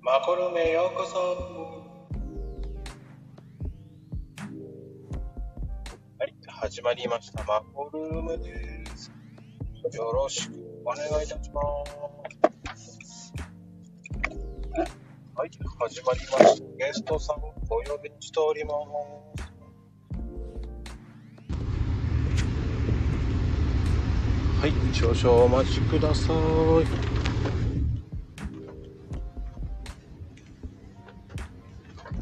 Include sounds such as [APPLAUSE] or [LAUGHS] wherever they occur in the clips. マコルメへようこそはい始まりましたマコルームですよろしくお願いいたしますはい始まりましたゲストさんお呼びしておりますはい少々お待ちください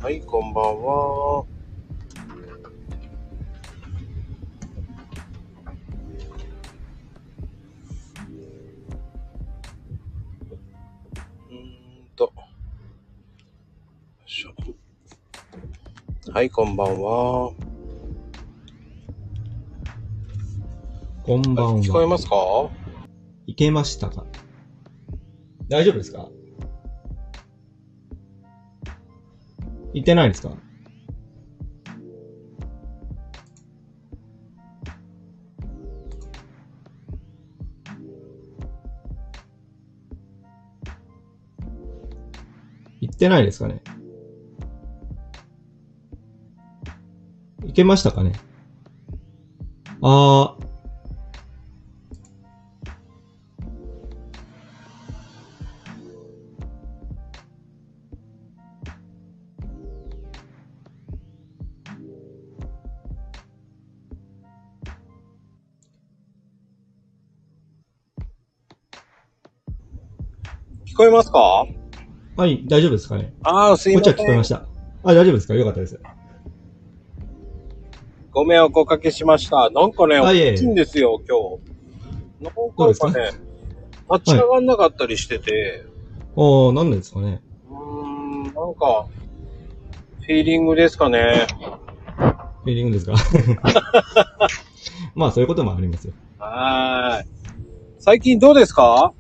はい、こんばんは。うーんと。よいしょはい、こんばんは。こんばんは。聞こえますかいけましたか大丈夫ですか行ってないですか行ってないですかね行けましたかねあー、聞こえますかはい、大丈夫ですかねああ、すいこっまちせは聞こえまん。した。あ、大丈夫ですかよかったです。ご迷惑おかけしました。なんかね、あいえいえ大きいんですよ、今どう日。ですなんかかね、立ち上がんなかったりしてて、おー、なんでですかねうーん、なんか、フィーリングですかね。フィーリングですか [LAUGHS] まあ、そういうこともありますよ。はーい。最近どうですか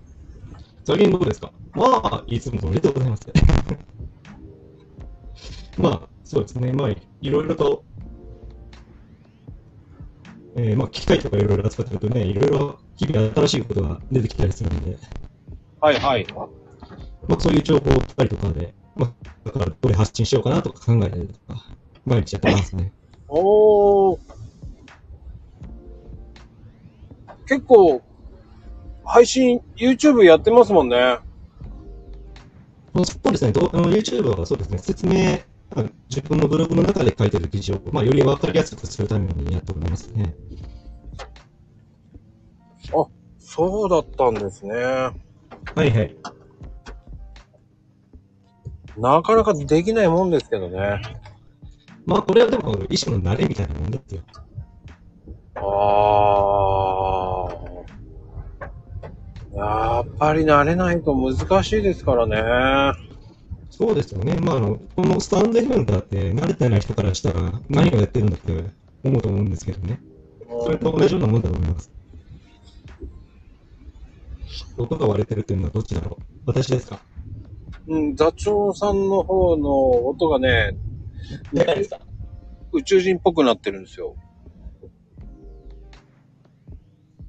最近どうですかまあ、いつも通りでございます。 [LAUGHS] まあ、そうですね。まあ、いろいろと、えー、まあ、機械とかいろいろ扱ってるとね、いろいろ日々新しいことが出てきたりするんで、はいはい。まあ、そういう情報を取ったりとかで、まあ、だからどれ発信しようかなとか考えたりとか、毎日やってますね。おー。結構、配信、YouTube やってますもんね。そうですね、どうあの YouTube はそうですね、説明、あの自分のブログの中で書いてる記事を、まあ、より分かりやすくするためにやっておりますね。そうだったんですね。はいはい。なかなかできないもんですけどね。まあ、これはでも、一種の慣れみたいなもんですよ。あー。やっぱり慣れないと難しいですからね。そうですよね。まあ、あの、このスタンド FM だって、慣れてない人からしたら、何をやってるんだって思うと思うんですけどね。それと同じようなもんだと思います。音が割れてるっていうのはどっちだろう私ですかうん、座長さんの方の音がね、か宇宙人っぽくなってるんですよ。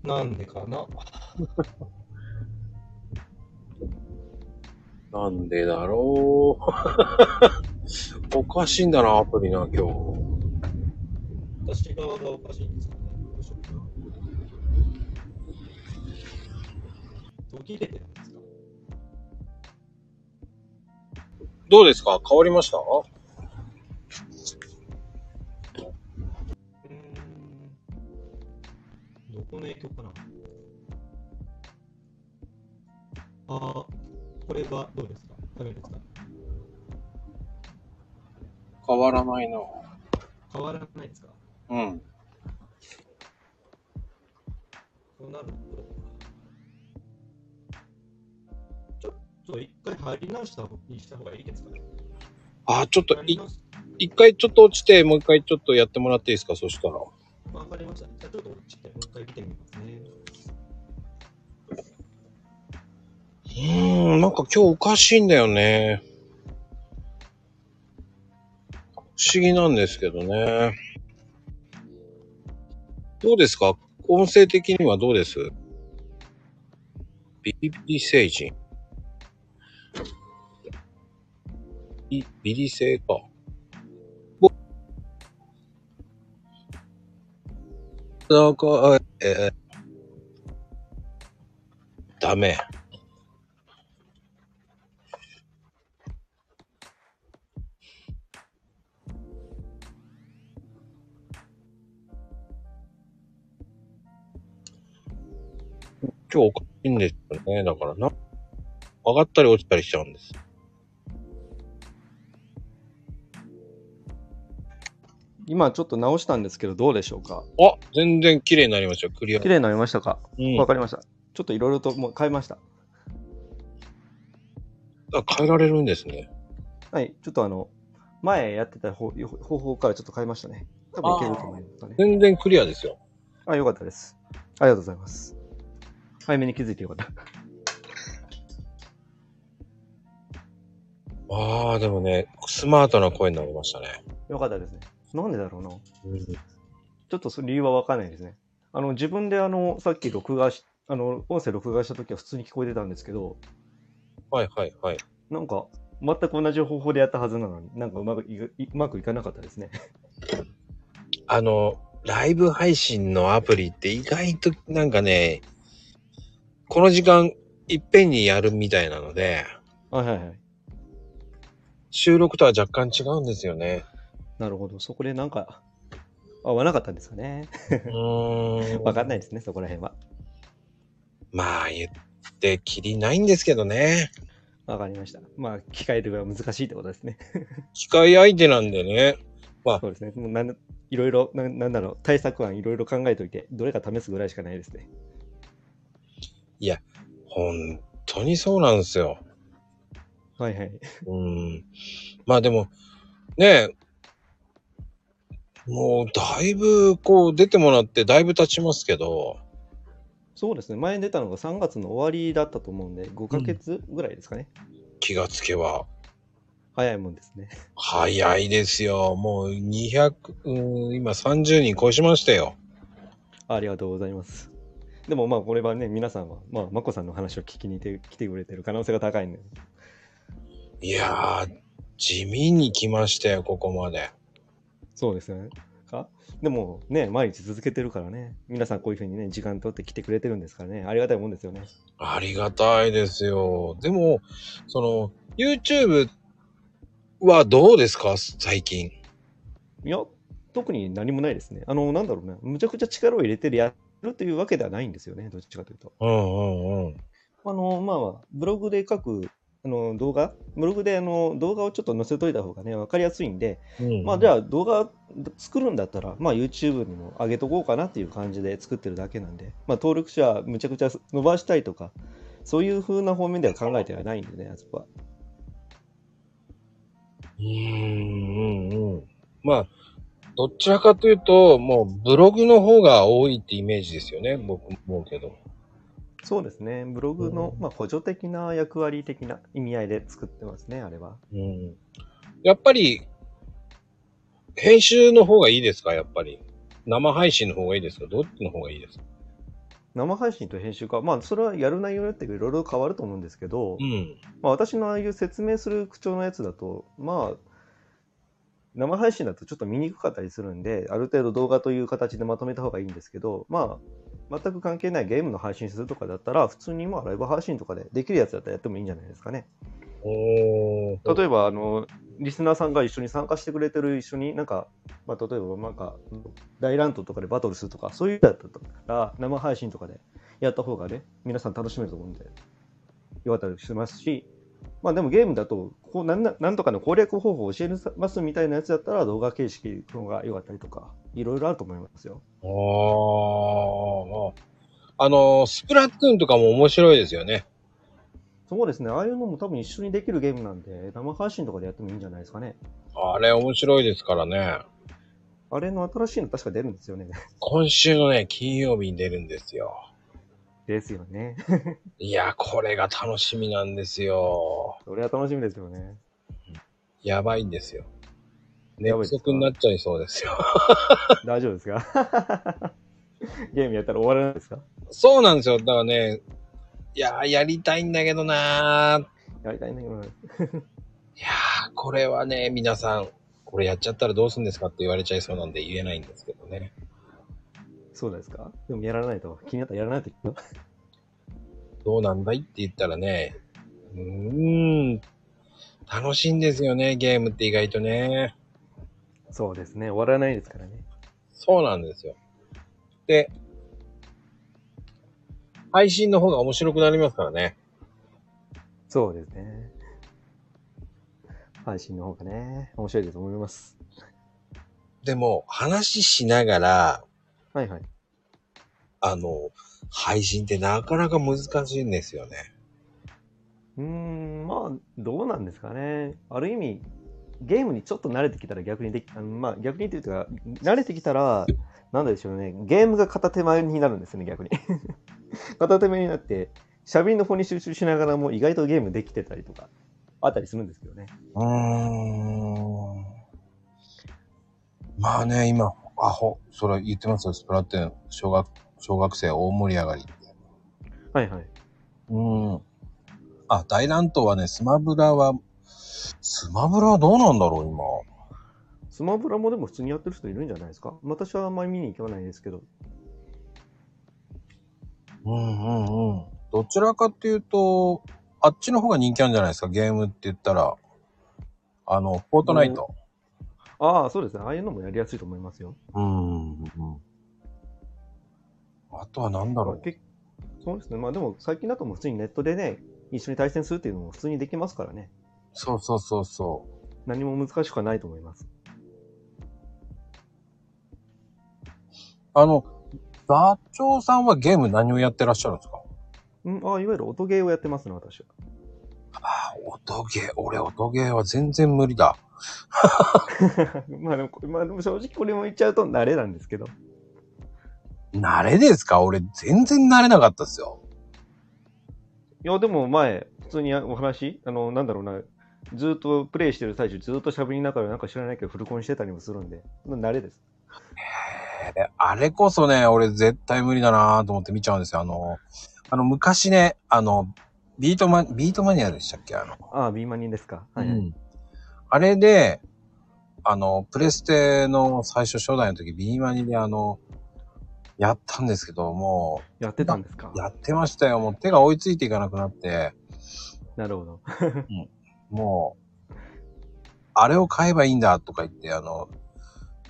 なんでかななんでだろう。 [LAUGHS] おかしいんだな、アプリな、今日。私側がおかしいんですかね。どうしようかな途切れてるんですかどうですか変わりましたうーん。どこの影響かなあー、これはどうですかダメですか変わらないな。変わらないですかうん。そうなると。ちょっと一回入り直した方した方がいいですかねあ、ちょっと入、りい直す一回ちょっと落ちて、もう一回ちょっとやってもらっていいですかそしたら。わかりました。じゃあちょっと落ちて、もう一回見てみますね。うーん、なんか今日おかしいんだよね。不思議なんですけどね。どうですか音声的にはどうですビリビリ星人。リ、ビリ製か。なんか、えー、ダメ。今日おかしいんですよね。だからな、上がったり落ちたりしちゃうんです。今ちょっと直したんですけど、どうでしょうかあ、全然綺麗になりましたよ。クリア。綺麗になりましたかうんわ。かりました。ちょっといろいろともう変えました。あ変えられるんですね。はい、ちょっとあの、前やってた方方法からちょっと変えましたね。多分いけると思いますね。全然クリアですよ。あ、よかったです。ありがとうございます。早めに気づいてよかった。 [LAUGHS] ああ、でもね、スマートな声になりましたね。よかったですね。なんでだろうな。うんちょっとその理由はわかんないですね。あの、自分であの、さっき録画し、あの、音声録画した時は普通に聞こえてたんですけど、はいはいはい。なんか、全く同じ方法でやったはずなのに、なんかうまくいくいうまくいかなかったですね。あの、ライブ配信のアプリって意外となんかね、この時間いっぺんにやるみたいなので、はいはいはい。収録とは若干違うんですよね。なるほど。そこでなんか、合わなかったんですかね。うーん。わかんないですね、そこら辺は。まあ言ってきりないんですけどね。わかりました。まあ、機械では難しいってことですね。機械相手なんでね。あそうですね。もうなんいろいろ、ななんだろう、対策案いろいろ考えておいて、どれか試すぐらいしかないですね。本当にそうなんですよ。はいはい。うん。まあでも、ねえ、もうだいぶこう出てもらってだいぶ経ちますけど、そうですね。前に出たのが3月の終わりだったと思うんで、5ヶ月ぐらいですかね。気がつけば早いもんですね。早いですよ。もう200、うーん今30人超しましたよ。ありがとうございます。でもまあ、これはね、皆さんは、まあ、まこさんの話を聞きに来て来てくれてる可能性が高いんで、いやー、地味に来ましたよ、ここまで。そうですよね。かでもね、毎日続けてるからね、皆さんこういうふうにね、時間取って来てくれてるんですからね、ありがたいもんですよね。ありがたいですよ。でも、その、YouTube はどうですか最近。いや、特に何もないですね。あの、なんだろうね、むちゃくちゃ力を入れてるやるというわけではないんですよね、どっちかというと。うんうんうん。あの、まあ、ブログで書く、あの動画ブログであの動画をちょっと載せといた方がね、わかりやすいんで、うんまあじゃあ。あ動画作るんだったら、まあ YouTube にも上げとこうかなっていう感じで作ってるだけなんで、まあ登録者むちゃくちゃ伸ばしたいとか、そういう風な方面では考えてはないんでね、あそこは。うんうんうん。まあ、どちらかというと、もうブログの方が多いってイメージですよね。僕も思うけど。そうですね、ブログのう、んまあ、補助的な役割的な意味合いで作ってますね、あれは。うん。やっぱり、編集の方がいいですかやっぱり。生配信の方がいいですかどっちの方がいいですか生配信と編集か、まあそれはやる内容によっていろいろ変わると思うんですけん。ど、まあ、私のああいう説明する口調のやつだと、まあ、生配信だとちょっと見にくかったりするんで、ある程度動画という形でまとめた方がいいんですけど、まあ、全く関係ないゲームの配信するとかだったら、普通にまあライブ配信とかでできるやつだったらやってもいいんじゃないですかね。おー。例えば、あの、リスナーさんが一緒に参加してくれてる一緒になんか、まあ、例えばなんか、大乱闘とかでバトルするとか、そういうやつだったら、生配信とかでやった方がね、皆さん楽しめると思うんで、よかったりしますし、まあでもゲームだと、こうなんななんとかの攻略方法を教えますみたいなやつだったら、動画形式の方が良かったりとか、いろいろあると思いますよ。あー。あの、スプラトゥーンとかも面白いですよね。そうですね、ああいうのも多分一緒にできるゲームなんで、生配信とかでやってもいいんじゃないですかね。あれ面白いですからね。あれの新しいの確か出るんですよね。今週のね、金曜日に出るんですよ。ですよね。いや、これが楽しみなんですよ。それは楽しみですよね。やばいんですよ。寝やば不いですか足になっちゃいそうですよ。大丈夫ですかゲームやったら終わらないですかそうなんですよ。だからね、いやー、やりたいんだけどなーやりたいね。い今やー、これはね、皆さん、これやっちゃったらどうするんですかって言われちゃいそうなんで言えないんですけどね。そうなんですかでもやらないと。気になったらやらないといけない。どうなんだいって言ったらね、うーん、楽しいんですよね、ゲームって意外とね。そうですね。終わらないですからね。そうなんですよ。で、配信の方が面白くなりますからね。そうですね。配信の方がね、面白いと思います。でも、話しながら、はいはい。あの、配信ってなかなか難しいんですよね。うーん、まあ、どうなんですかね。ある意味、ゲームにちょっと慣れてきたら逆にでき、あのまあ、逆にというか、慣れてきたら、なんでしょうね、ゲームが片手前になるんですよね、逆に。 [LAUGHS] 片手前になって、しゃべりの方に集中しながらも、意外とゲームできてたりとか、あったりするんですけどね。うーん。まあね、今、アホ、それ言ってますよ、スプラトゥーン、小学、小学生大盛り上がり。はいはい。うん。あ、大乱闘はね、スマブラは、スマブラはどうなんだろう、今。スマブラもでも普通にやってる人いるんじゃないですか私はあんまり見に行かないですけど。うんうんうん。どちらかっていうと、あっちの方が人気あるんじゃないですか、ゲームって言ったら。あの、フォートナイト。ああ、そうですね。ああいうのもやりやすいと思いますよ。うん。うん、あとは何だろまあう。けそうですね。まあでも最近だともう普通にネットでね、一緒に対戦するっていうのも普通にできますからね。そうそうそうそう。何も難しくはないと思います。あの、座長さんはゲーム何をやってらっしゃるんですかうん、ああ、いわゆる音ゲーをやってますね、私は。 [LAUGHS] あ音ゲー、俺音ゲーは全然無理だ。まあでもこ、まあでも正直これも言っちゃうと慣れなんですけど。慣れですか俺全然慣れなかったですよ。いや、でも前、普通にお話、あの、なんだろうな、ずーっとプレイしてる最中、ずーっと喋りながらなんか知らないけどフルコンしてたりもするんで、まあ慣れです。えあれこそね、俺絶対無理だなと思って見ちゃうんですよ。あの、あの昔ね、あの、ビートマ、ビートマニアでしたっけあの、ああ、ビーマニンですか。はい、はうい。んあれで、あの、プレステの最初初代の時、ビーマニであの、やったんですけど、もやってたんですかう、。やってましたよ。もう手が追いついていかなくなって、なるほど。もう、あれを買えばいいんだとか言って、あの、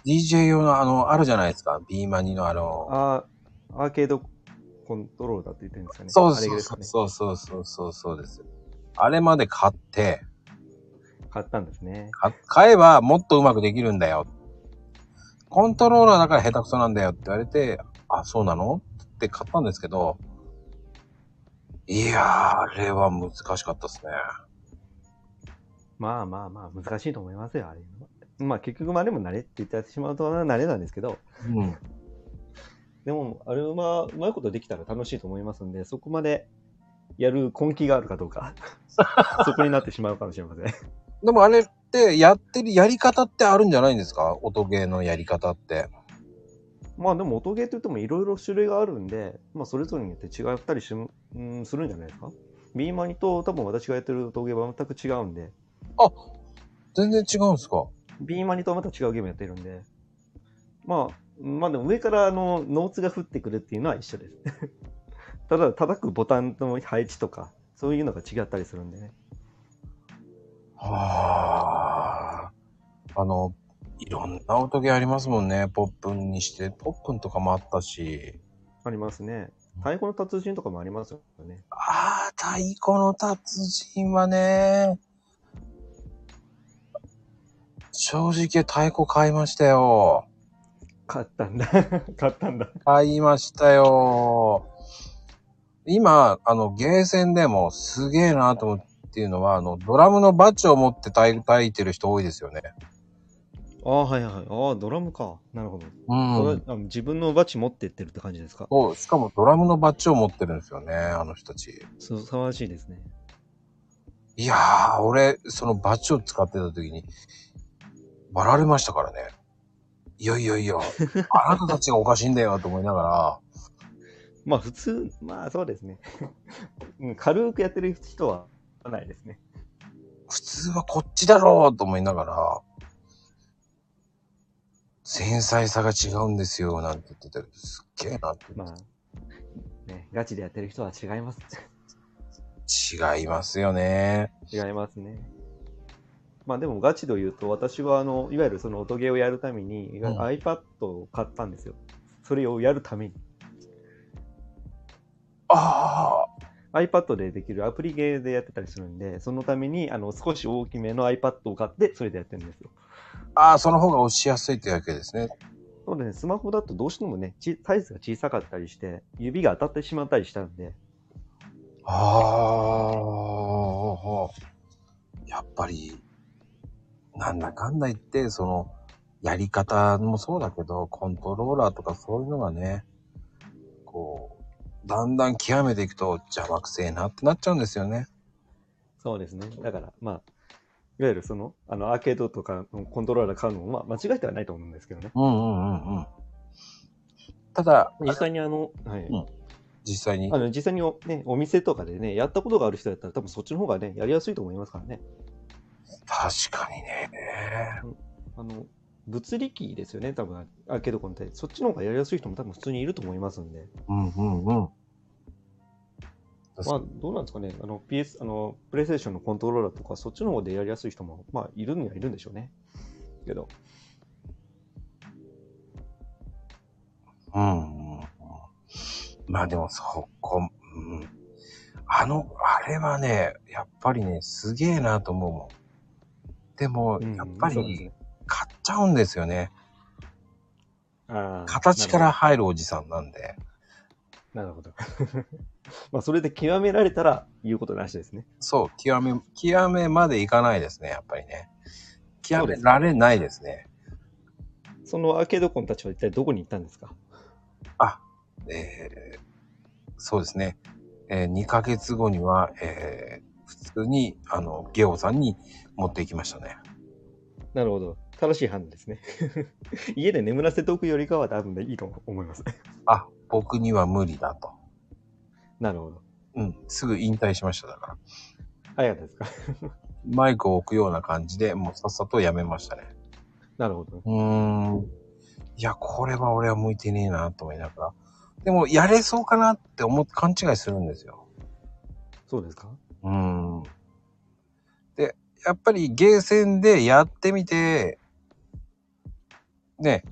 DJ 用のあの、あるじゃないですか。ビーマニのあの、ああ、アーケードコントローラーって言ってるんですかね。そうあれそうですそかうね。そうそうそうそうそうです。あれまで買って、買ったんですね。か買えばもっとうまくできるんだよ。コントローラーだから下手くそなんだよって言われて、あ、そうなのって買ったんですけど、いやー、あれは難しかったですね。まあまあまあ、難しいと思いますよ、あれは。まあ結局、まあでも慣れって言ってしまうと慣れなんですけど、うん。でも、あれはうまいことできたら楽しいと思いますんで、そこまでやる根気があるかど [LAUGHS] うか、そこになってしまうかもしれません。でもあれって、やってるやり方ってあるんじゃないんですか音ゲーのやり方って。まあでも、音ゲーといってもいろいろ種類があるんで、まあそれぞれによって違ったりしうんするんじゃないですか。ビーマニと多分私がやってる音ゲーは全く違うんで、全然違うんですかビーマニとはまた違うゲームやってるんで、まあ、まあでも上からあの、ノーツが降ってくるっていうのは一緒です。 [LAUGHS] ただ、叩くボタンの配置とか、そういうのが違ったりするんでね。はあ。あの、いろんな音ゲーありますもんね。ポップンにして、ポップンとかもあったし。ありますね。太鼓の達人とかもありますよね。ああ、太鼓の達人はね。正直太鼓買いましたよ。買ったんだ。 [LAUGHS] 買ったんだ。買いましたよ。今、あの、ゲーセンでもすげえなと思っていうのは、あの、ドラムのバチを持ってたい叩いてる人多いですよね。ああ、はいはい。ああ、ドラムか。なるほど。うん。それあ自分のバチ持ってってるって感じですか。そう、しかもドラムのバッジを持ってるんですよね、あの人たち。すさまじいですね。いやー、俺、そのバッジを使ってた時に、バラれましたからね。いやいやい [LAUGHS] や、あなたたちがおかしいんだよと思いながまあ普通、 [LAUGHS] まあそうですね。うん軽くやってる人はないですね。ら、普通はこっちだろうと思いながら、繊細さが違うんですよ、なんて言ってて、すっげえなって。まあ、ね、ガチでやってる人は違います。違いますよね。違いますね。まあでもガチと言うと、私はあの、いわゆるその音ゲーをやるために、いわゆるうん iPad を買ったんですよ。それをやるために。あ iPad でできるアプリゲーでやってたりするんで、そのためにあの少し大きめの iPad を買って、それでやってるんですよ。あ、ああ、その方が押しやすいというわけですね。そうですね、スマホだとどうしてもね、ちサイズが小さかったりして、指が当たってしまったりしたんで、ああ、やっぱり、なんだかんだ言って、その、やり方もそうだけど、コントローラーとかそういうのがね、こう、だんだん極めていくと邪魔くせえなってなっちゃうんですよね。そうですね。だから、まあ、いわゆるその、あの、アーケードとかのコントローラー買うのも、まあ、間違えてはないと思うんですけどね。うんうんうんうん。ただ、実際にあの、はい。うん実際にあの実際にお,、ね、お店とかでね、やったことがある人だったら、多分そっちの方がね、やりやすいと思いますからね。確かにね。あの、物理機ですよね、多分アーケードコンテ。そっちの方がやりやすい人も多分普通にいると思いますんで。うんうんうん。まあ、どうなんですかね。あの、PS、あの、プレイステーションのコントローラーとか、そっちの方でやりやすい人も、まあ、いるにはいるんでしょうね。けど、うんうんうん。まあでもそこ、うん。あの、あれはね、やっぱりね、すげえなと思うもん。でも、うんやっぱそうですりね買っちゃうんですよね。あー形から入るおじさんなんで。なるほど。 [LAUGHS] まあ、それで極められたら言うことなしですね。そう、極め、極めまでいかないですね、やっぱりね。極められないですね。そのアーケードコンたちは一体どこに行ったんですかえーそうですね。え2ヶ月後には、えー普通に、あの、ゲオさんに持っていきましたね。なるほど。正しい判断ですね。 [LAUGHS] 家で眠らせておくよりかは多分いいと思い [LAUGHS] ます。あ、僕には無理だと。なるほど。うん、すぐ引退しましただから。早かったですか。マイクを置くような感じで、もうさっさとやめましたね。なるほど。うーん。いや、これは俺は向いてねえなと思いながら。でも、やれそうかなって思って勘違いするんですよ。そうですかうーん。で、やっぱりゲーセンでやってみて、ね。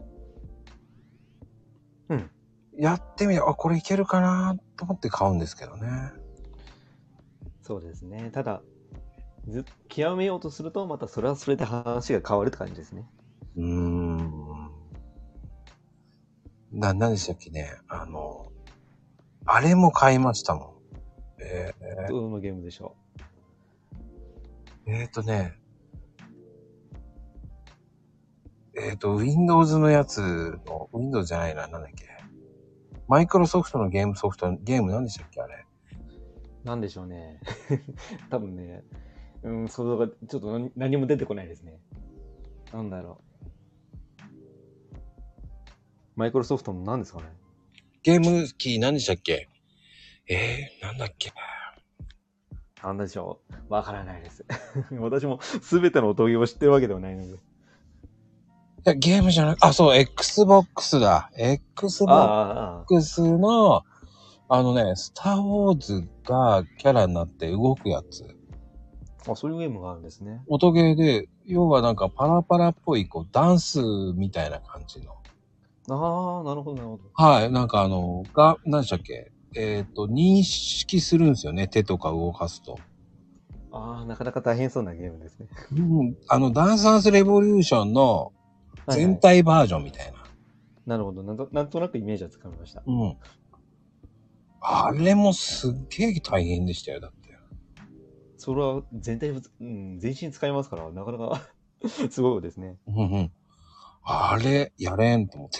うん。やってみて、あ、これいけるかなと思って買うんですけどね。そうですね。ただ、ず極めようとすると、またそれはそれで話が変わるって感じですね。うーん。な、何でしたっけね。あの、あれも買いましたもん。えどのゲームでしょー、えーとね。えーと、Windows のやつの、Windows じゃないな、なんだっけ。マイクロソフトのゲームソフト、ゲーム何でしたっけあれ。う。なんでしょうね。 [LAUGHS] 多分ね、うん、それがちょっと何何も出てこないですね。なんだろう。マイクロソフトの何ですかねゲーム機何でしたっけえー、なんだっけなんでしょうわからないです。 [LAUGHS] 私も全ての音ゲーを知ってるわけではないので。いや、ゲームじゃなく、あ、そう、Xbox だ。あ Xbox あ、ああ、 Xbox の、あのね、スター・ウォーズがキャラになって動くやつ。ああそういうゲームがあるんですね。音ゲーで、要はなんかパラパラっぽい、こう、ダンスみたいな感じの。ああ、なるほど、なるほど。はい、なんかあの、が、何でしたっけえっ、と、認識するんですよね、手とか動かすと。ああ、なかなか大変そうなゲームですね。うん、あの、ダンスダンスレボリューションのはいはい全体バージョンみたいな。なるほどなんと。なんとなくイメージはつかみました。うん。あれもすっげえ大変でしたよ、だって。それは全体ぶつ、うん、全身使いますから、なかなか [LAUGHS] すごいですね。うんうん。あれ、やれんと思って。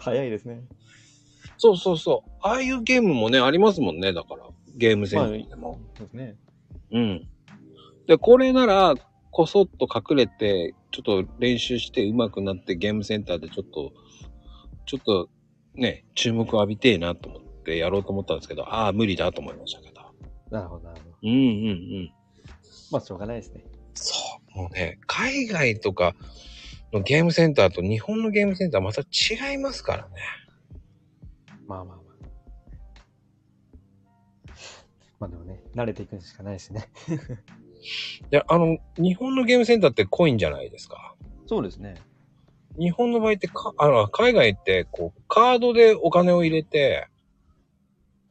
早いですね。そうそうそう。ああいうゲームもね、ありますもんね、だから。ゲームセンターでも。そうですね。うん。で、これなら、こそっと隠れて、ちょっと練習して上手くなって、ゲームセンターでちょっと、ちょっと、ね、注目を浴びてえなと思ってやろうと思ったんですけど、ああ、無理だと思いましたけど。なるほど、なるほど。うんうんうん。まあ、しょうがないですね。そう。もうね、海外とかのゲームセンターと日本のゲームセンターはまた違いますからね。まあまあまあ。まあでもね、慣れていくしかないですね。で、あの、日本のゲームセンターってコインじゃないですか。そうですね。日本の場合ってか、あの、海外って、こう、カードでお金を入れて、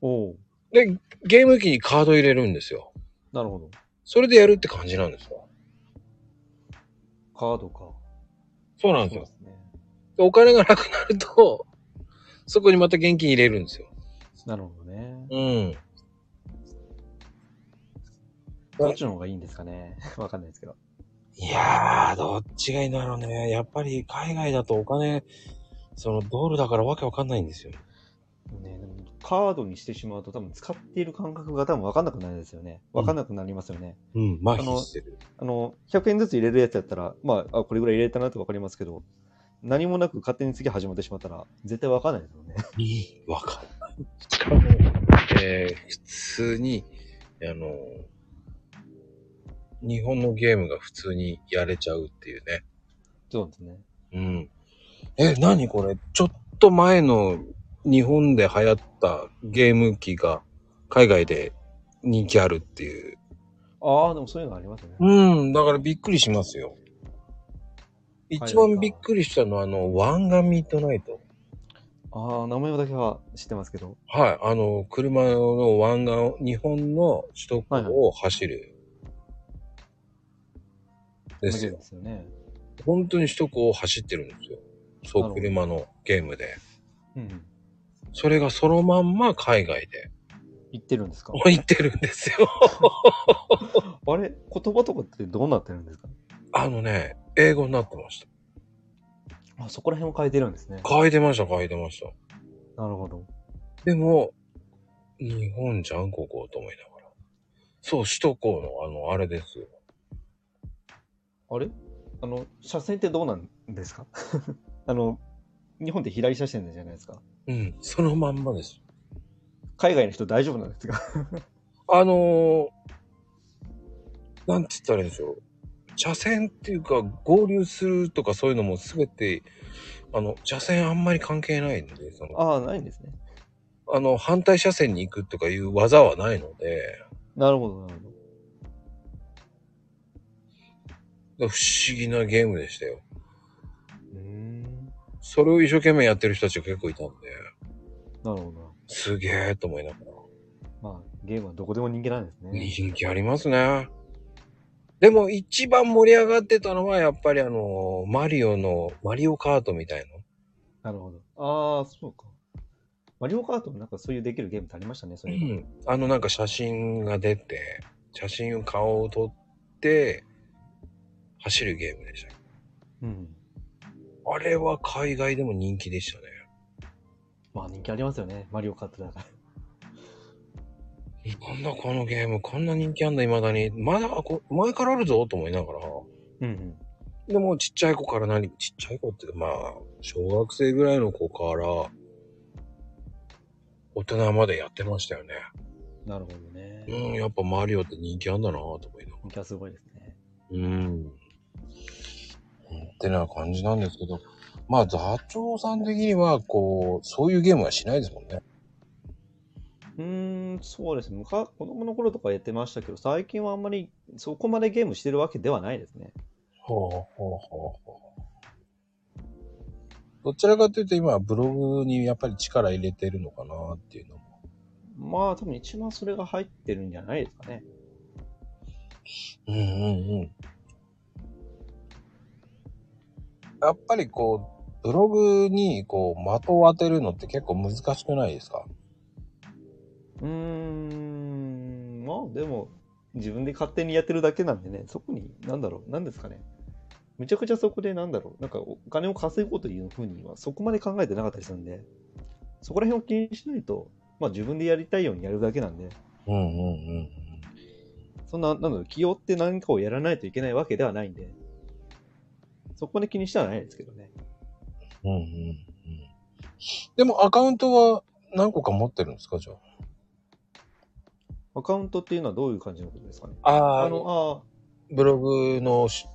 おお、で、ゲーム機にカード入れるんですよ。なるほど。それでやるって感じなんですよ。カードか。そうなんそでうすよで。すね。でお金がなくなると、 [LAUGHS] そこにまた現金入れるんですよ。なるほどね。うん。どっちの方がいいんですかね。 [LAUGHS] わかんないですけど。いやー、どっちがいいんだろうね。やっぱり海外だとお金、そのドルだからわけわかんないんですよ。ね、でもカードにしてしまうと多分使っている感覚が多分わかんなくなるんですよね。わかんなくなりますよね。うん、麻痺してる。あの、100円ずつ入れるやつやったら、まあ、あこれぐらい入れたなってわかりますけど、何もなく勝手に次始まってしまったら、絶対わかんないですよね。 [LAUGHS] いい、わかんない。しかも、えー、普通に、あの、日本のゲームが普通にやれちゃうっていうね。そうですね。うん。え、何これちょっと前の日本で流行ったゲーム機が海外で人気あるっていう。ああ、でもそういうのありますね。うん、だからびっくりしますよ。一番海外かびっくりしたのはあの、ワンガンミッドナイト。ああ、名前だけは知ってますけど。はい、あの、車の湾岸、日本の首都高を走る。ですよ。ですよね。本当に首都高を走ってるんですよ。そなう、るほど車のゲームで。うん。それがそのまんま海外で [LAUGHS] 言ってるんですか置いてるんですよ。あれ言葉とかってどうなってるんですかあのね、英語になってました。あ、そこら辺を変えてるんですね。書いてました、書いてました。なるほど。でも、日本じゃん、ここ、と思いながら。そう、首都高の、あの、あれですよ。あれあの、車線ってどうなんですか [LAUGHS] あの、日本って左車線じゃないですか。うん、そのまんまです。海外の人大丈夫なんですか [LAUGHS] あのー、なんて言ったらいいんでしょう。車線っていうか、合流するとかそういうのもすべて、あの、車線あんまり関係ないので、その、あああ、ないんですね。の、反対車線に行くとかいう技はないので、なるほど、なるほど。不思議なゲームでしたよ。うーん。それを一生懸命やってる人たちが結構いたんで、なるほど。すげえと思いながら。まあ、ゲームはどこでも人気なんですね。人気ありますね。でも一番盛り上がってたのはやっぱりあの、マリオの、マリオカートみたいの。なるほど。ああ、そうか。マリオカートもなんかそういうできるゲームってありましたね、そうれ。ん。あのなんか写真が出て、写真を顔を撮って、走るゲームでした。うん。あれは海外でも人気でしたね。まあ人気ありますよね、マリオカートだから。なんだこのゲーム、こんな人気あんだ、未だに。まだ、こ前からあるぞ、と思いながら。うんうん。でもちっちゃい子から何、ちっちゃい子っていうか、まあ、小学生ぐらいの子から、大人までやってましたよね。なるほどうね。ん、やっぱマリオって人気あんだなぁと思いなが人気はすごいですね。ら。うん。ってな感じなんですけど、まあ、座長さん的には、こう、そういうゲームはしないですもんね。うーん、そうですね。むか子供の頃とかやってましたけど、最近はあんまりそこまでゲームしてるわけではないですね。ほうほうほうほう。どちらかというと、今はブログにやっぱり力入れてるのかなっていうのも。まあ多分一番それが入ってるんじゃないですかね。うんうんうん。やっぱりこう、ブログにこう、的を当てるのって結構難しくないですかうーん、まあでも自分で勝手にやってるだけなんでね、そこに、なんだろう、なんですかね。めちゃくちゃそこでなんだろう、なんかお金を稼ごうというふうにはそこまで考えてなかったりするんで、そこら辺を気にしないと、まあ自分でやりたいようにやるだけなんで、うんうんうん。そんな、なんだろう、起用って何かをやらないといけないわけではないんで、そこで気にしてはないですけどね。うんうんうん。でもアカウントは何個か持ってるんですかじゃアカウントっていうのはどういう感じのことですかね。あ。あああの、の、ブログのし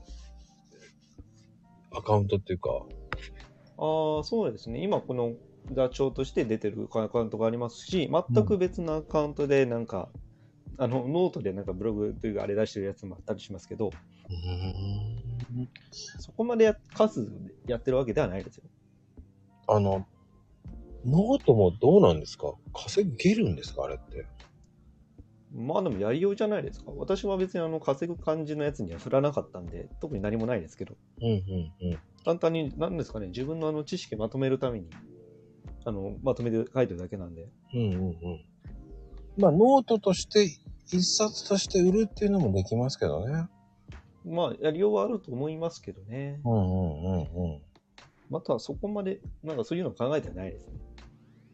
アカウントっていうか、ああ、そうですね。今、この座長として出てるアカウントがありますし、全く別のアカウントで、なんか、あの、ノートでなんかブログというか、あれ出してるやつもあったりしますけど、そこまでや数やってるわけではないですよ。あの、ノートもどうなんですか稼げるんですかあれって。まあでもやりようじゃないですか。私は別にあの稼ぐ感じのやつには振らなかったんで、特に何もないですけど、うんうんうん。簡単に、なんですかね、自分のあの知識まとめるために、あの、まとめて書いてるだけなんで、うんうんうん。まあ、ノートとして、一冊として売るっていうのもできますけどね。まあやりようはあると思いますけどね。うんうんうんうん。またそこまで、なんかそういうの考えてはないですね。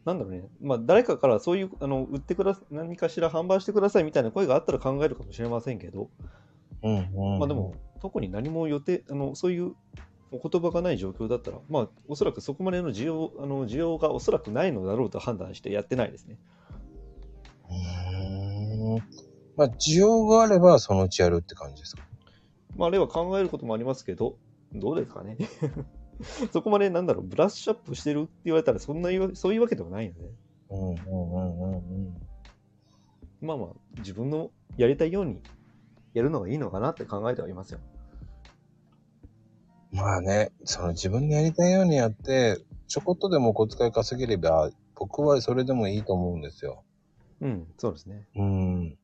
なんだろうね、まあ誰かからそういう、あの、売ってくださ、何かしら販売してくださいみたいな声があったら考えるかもしれませんけど、うんうんうんまあでも、、特に何も予定、あの、そういうお言葉がない状況だったら、まあ、おそらくそこまでの需要、あの、需要がおそらくないのだろうと判断してやってないですね。うーんまあ、需要があればそのうちやるって感じですか。まあ、あるいは考えることもありますけど、どうですかね。 [LAUGHS] そこまで、なんだろう、ブラッシュアップしてるって言われたら、そんな言う、そういうわけではないので、うんうんうんうんうん。まあまあ、自分のやりたいようにやるのがいいのかなって考えてはいますよ。まあね、その自分でやりたいようにやって、ちょこっとでも小遣い稼げれば、僕はそれでもいいと思うんですよ。うん、そうですね。うん。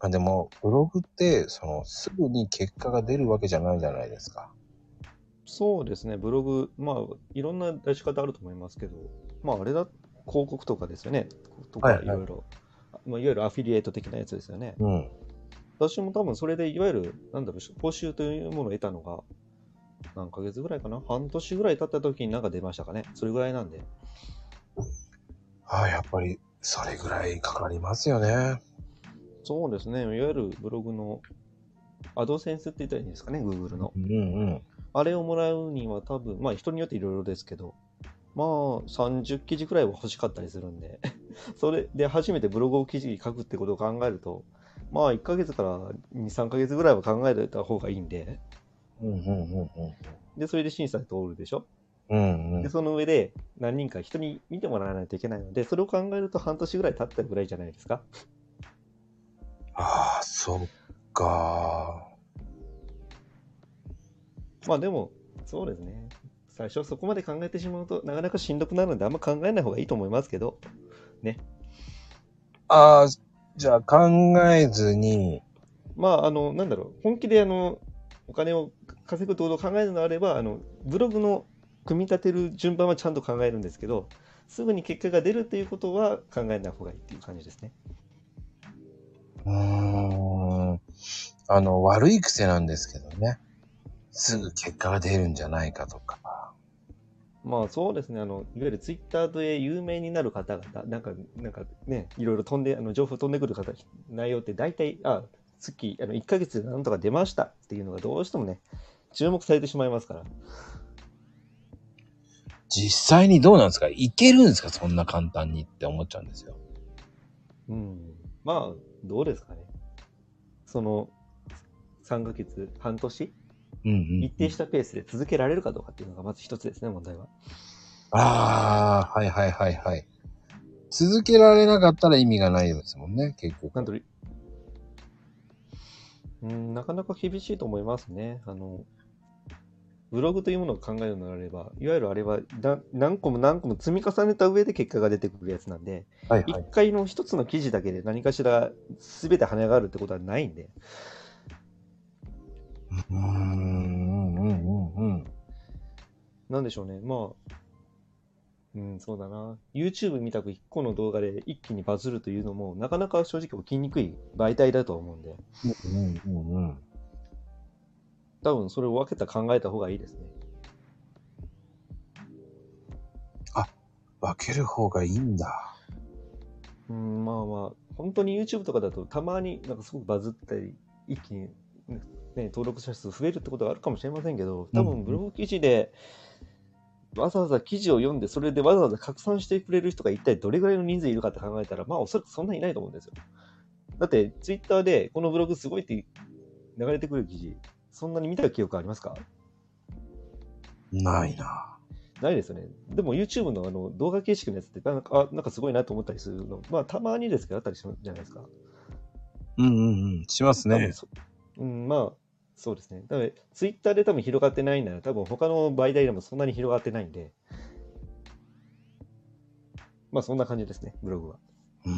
まあでも、ブログって、その、すぐに結果が出るわけじゃないじゃないですか。そうですね、ブログ、まあ、いろんな出し方あると思いますけど、まあ、あれだ、広告とかですよね、とはか、いいはいろいろ、まあ、いわゆるアフィリエイト的なやつですよね。うん。私も多分それで、いわゆる、なんだろう、報酬というものを得たのが、何ヶ月ぐらいかな、半年ぐらい経った時になんか出ましたかね、それぐらいなんで、ああ、やっぱり、それぐらいかかりますよね。そうですね、いわゆるブログの、アドセンスって言ったらいいんですかね、Google の。うんうん。あれをもらうには多分、まあ人によっていろいろですけど、まあ30記事くらいは欲しかったりするんで、 [LAUGHS] それで初めてブログを記事に書くってことを考えると、まあ1ヶ月から2、3ヶ月ぐらいは考えておいた方がいいんで、うんうんうんうん。で、それで審査通るでしょ。うんうんで、。その上で何人か人に見てもらわないといけないので、それを考えると半年ぐらい経ったぐらいじゃないですか。ああ、そっか。まあでも、そうですね。最初はそこまで考えてしまうとなかなかしんどくなるのであんま考えない方がいいと思いますけど、ああ、じゃあ考えずに、まあ、あの、なんだろう、本気であの、お金を稼ぐってことを考えるのであれば、あの、ブログの組み立てる順番はちゃんと考えるんですけど、すぐに結果が出るっていうことは考えない方がいいっていう感じですね。うーん、あの、悪い癖なんですけどね。すぐ結果が出るんじゃないかとか。まあそうですね、あの、いわゆるツイッターで有名になる方々、なんか、なんかね、いろいろ飛んで、あの情報飛んでくる方、内容って大体、あ、月、あの、1ヶ月でなんとか出ましたっていうのがどうしてもね、注目されてしまいますから。実際にどうなんですかいけるんですかそんな簡単にって思っちゃうんですよ。うん、まあ、どうですかね。その、3ヶ月、半年、うんうん一定したペースで続けられるかどうかっていうのがまず一つですね、問題は。ああ、はいはいはいはい。続けられなかったら意味がないですもんね、結局。なんと、うん、なかなか厳しいと思いますね。あの、ブログというものを考えるのであれば、いわゆるあれはだ何個も何個も積み重ねた上で結果が出てくるやつなんで、はいはい一。回の一つの記事だけで何かしら全て跳ね上がるってことはないんで、うーん、うん、うん、うん。なんでしょうね、まあ、うん、そうだな。YouTube みたく1個の動画で一気にバズるというのも、なかなか正直起きにくい媒体だと思うんで、うん、うん、うん。多分それを分けた考えた方がいいですね。分ける方がいいんだ。うん、まあまあ、本当に YouTube とかだと、たまになんかすごくバズったり、一気に、ね、登録者数増えるってことがあるかもしれませんけど、う多ん分ブログ記事で、わざわざ記事を読んで、それでわざわざ拡散してくれる人が一体どれぐらいの人数いるかって考えたら、まあおそらくそんなにいないと思うんですよ。だって、Twitter で、このブログすごいって流れてくる記事、そんなに見た記憶ありますかないな。ないですよね。でも YouTube のあの動画形式のやつってなんか、あなんかすごいなと思ったりするの、まあたまにですけどあったりするじゃないですか。うんうんうん。します多分ね。そうん、まあ、そうですね。多分ツイッターで多分広がってないなら、多分他の媒体でもそんなに広がってないんで、まあそんな感じですね、ブログは。うん。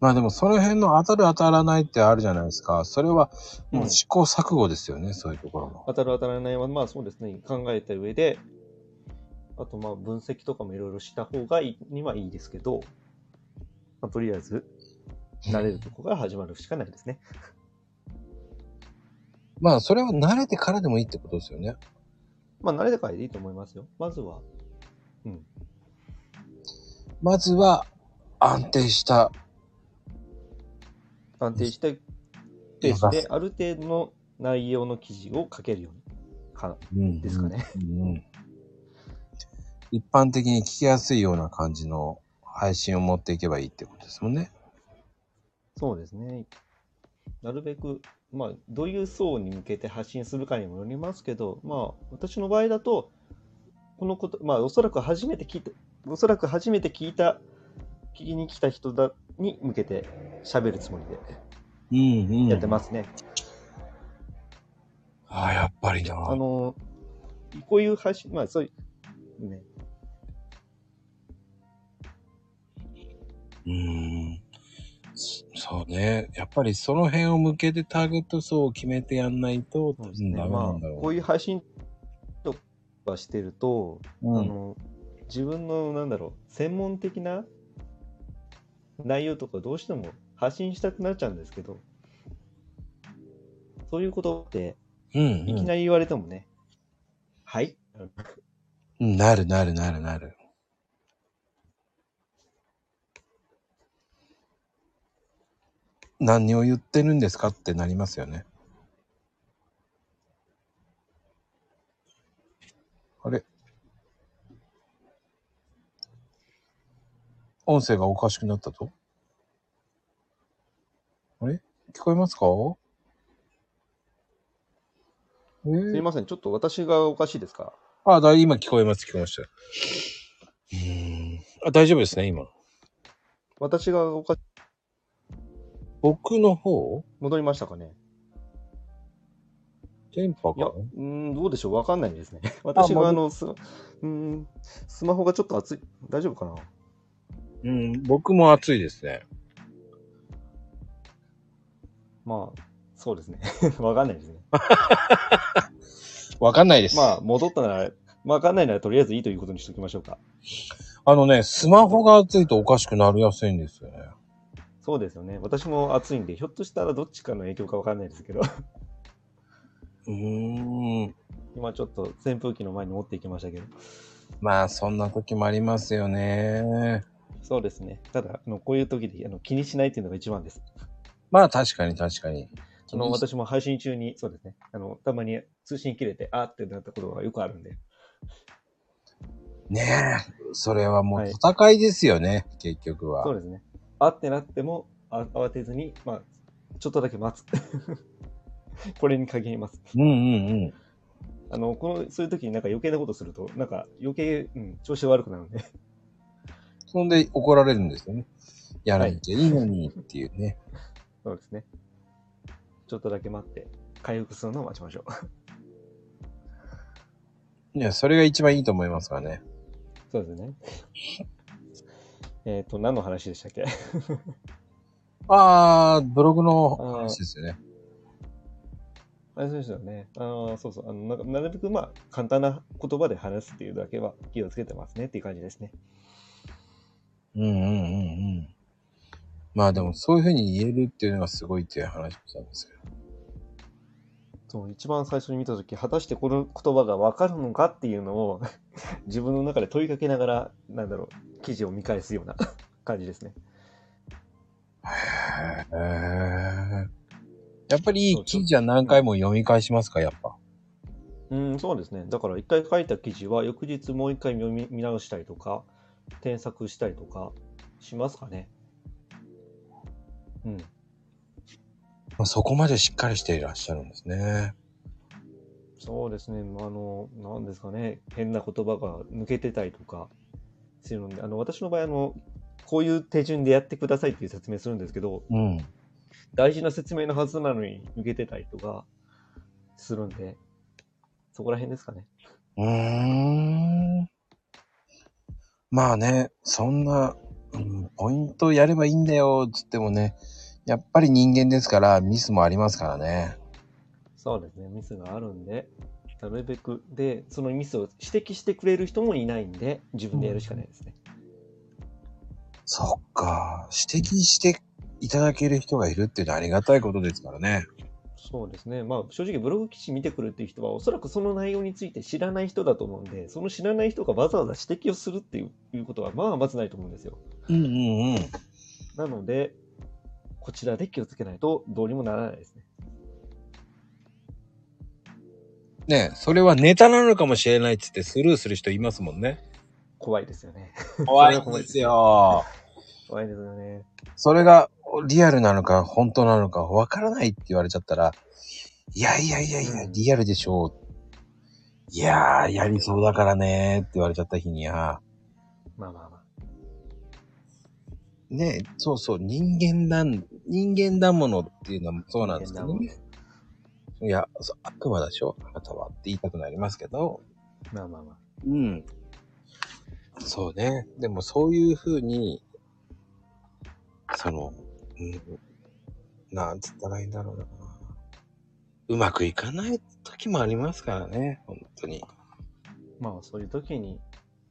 まあでもその辺の当たる当たらないってあるじゃないですか。それはもう試行錯誤ですよね、そういうところも。当たる当たらないは、まあそうですね、考えた上で、あとまあ分析とかもいろいろした方がいいにはいいですけど、まあ、とりあえず、慣れるとこから始まるしかないですね。 [LAUGHS] まあそれは慣れてからでもいいってことですよね。まあ慣れたからでいいと思いますよ。まずは、まずは安定した。安定して、定して、ある程度の内容の記事を書けるように、かうんですかね。うんうん一般的に聞きやすいような感じの配信を持っていけばいいってことですもんね。そうですね。なるべく、まあ、どういう層に向けて発信するかにもよりますけど、まあ、私の場合だと、このこと、まあ、おそらく初めて聞いた、おそらく初めて聞いた、聞きに来た人だに向けて喋るつもりでうんうんやってますね。ああ、やっぱりな。あの、こういう配信、まあ、そういう、ね、うーん。そうね。やっぱりその辺を向けてターゲット層を決めてやんないと、そう多です分ね。ダメまなあんだろ、う。こういう配信とかしてると、あの自分のなんだろう専門的な内容とかどうしても発信したくなっちゃうんですけどそういうことってうん。うん、いきなり言われてもね、はいうん。なるなるなるなる。何を言ってるんですかってなりますよね。あれ音声がおかしくなったとあれ聞こえますかえーすいませんちょっと私がおかしいですかあ、だ、今聞こえます、聞こえました。うーん。あ、大丈夫ですね、今。私がおかし僕の方戻りましたかね電波いや、かうーん、どうでしょう、わかんないですね。私 [LAUGHS] があの、すうーん、スマホがちょっと熱い、大丈夫かなうん、僕も暑いですね。まあ、そうですね。 [LAUGHS] わかんないですね。わかんないです。まあ、戻ったなら、わかんないならとりあえずいいということにしておきましょうか。あのね、スマホが暑いとおかしくなりやすいんですよね。そうですよね。私も暑いんで、ひょっとしたらどっちかの影響かわかんないですけど、 [LAUGHS] うーん。今ちょっと扇風機の前に持っていきましたけど。まあ、そんな時もありますよね。そうですね。ただ、あのこういう時であの気にしないっていうのが一番です。まあ、確かに確かに。あの私も配信中に、そうですね。あのたまに通信切れて、あーってなったことがよくあるんで。ねえ、それはもうはい戦いですよね、結局は。そうですね。あーってなっても、あ慌てずに、まあ、ちょっとだけ待つ。 [LAUGHS] これに限ります。うんうんうん。あの、この、そういう時になんか余計なことすると、なんか余計、うん、調子悪くなるんで。 [LAUGHS] そんで怒られるんですよね。やらなきゃいいのにっていうね。そうですね。ちょっとだけ待って、回復するのを待ちましょう。いや、それが一番いいと思いますからね。そうですね。 [LAUGHS] えっと、何の話でしたっけ [LAUGHS] ああ、ブログの話ですよね。あれそうですよね。ああ、そうそう。あのなんかなるべく、まあ、簡単な言葉で話すっていうだけは気をつけてますねっていう感じですね。うんうんうんうん。まあでもそういうふうに言えるっていうのがすごいっていう話をしたんですけど。そう、一番最初に見たとき、果たしてこの言葉がわかるのかっていうのを、 [LAUGHS] 自分の中で問いかけながら、なんだろう、記事を見返すような [LAUGHS] 感じですね。へえ。やっぱりいい記事は何回も読み返しますか、やっぱ。うん、そうですね。だから一回書いた記事は翌日もう一回読み見直したりとか、添削したりとかしますかね。うん。まあそこまでしっかりしていらっしゃるんですね。そうですね、まああの、なんですかね、変な言葉が抜けてたりとかするので、あの私の場合あの、こういう手順でやってくださいっていう説明するんですけど、うん。大事な説明のはずなのに抜けてたりとかするんで、そこら辺ですかね。うーん。まあね、そんな、うん、ポイントやればいいんだよ、つってもね、やっぱり人間ですから、ミスもありますからね。そうですね、ミスがあるんで、なるべく、で、そのミスを指摘してくれる人もいないんで、自分でやるしかないですね。そっか、指摘していただける人がいるっていうのはありがたいことですからね。そうですね、まあ、正直、ブログ記事見てくるっていう人は、おそらくその内容について知らない人だと思うんで、その知らない人がわざわざ指摘をするっていういうことは、まあ、まずないと思うんですよ。うんうんうん。なので、こちらで気をつけないと、どうにもならないですね。ねそれはネタなのかもしれないっつってスルーする人いますもんね。怖いですよね。 [LAUGHS] 怖いんですよ。怖いですよね。それがリアルなのか本当なのかわからないって言われちゃったら、いやいやいやいやう、んリアルでしょう。いやー、やりそうだからねーって言われちゃった日には、まあまあまあ。ねそうそう、人間だん、人間だものっていうのもそうなんですけどね。いや、そう悪魔でしょあなたはって言いたくなりますけど。まあまあまあ。うん。そうね。でもそういうふうに、その、うん、なんつったらいいんだろうな。うまくいかない時もありますからね、本当に。まあそういう時に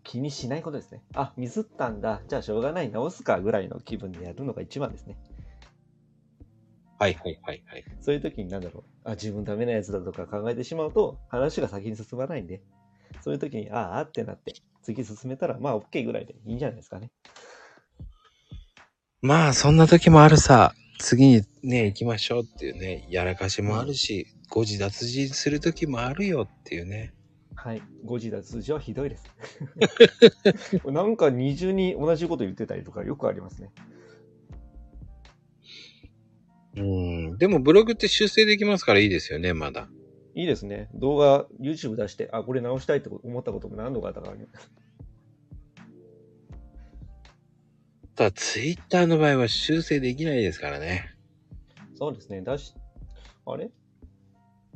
気にしないことですね。あ、ミスったんだ。じゃあしょうがない、直すかぐらいの気分でやるのが一番ですね。はいはいはいはい。そういう時になんだろう。あ、自分ダメなやつだとか考えてしまうと話が先に進まないんで。そういう時に、あーあってなって、次進めたら、まあ OK ぐらいでいいんじゃないですかね。まあそんな時もあるさ。次にね、行きましょうっていうね、やらかしもあるし、誤字脱字する時もあるよっていうね。はい。5時だ通常はひどいです。なんか二重に同じこと言ってたりとかよくありますね。うん。でもブログって修正できますからいいですよね、まだ。いいですね。動画、YouTube 出して、あ、これ直したいって思ったことも何度かあったからね。ただツイッターの場合は修正できないですからね。そうですね。だし、あれ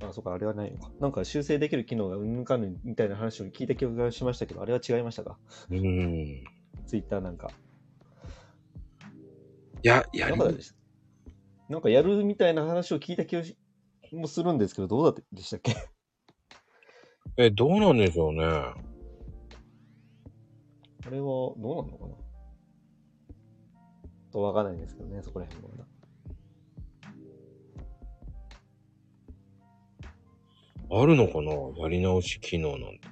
あ、そうか、あれはないのか。なんか修正できる機能がうんぬんかんぬんみたいな話を聞いた記憶がしましたけど、あれは違いましたかうん。ツイッターなんか。いや、やなりんかでした。なんかやるみたいな話を聞いた気がしもするんですけど、どうだったでしたっけえ、どうなんでしょうね。あれはどうなのかなとわからないんですけどね、そこら辺もまだ。あるのかなやり直し機能なんて。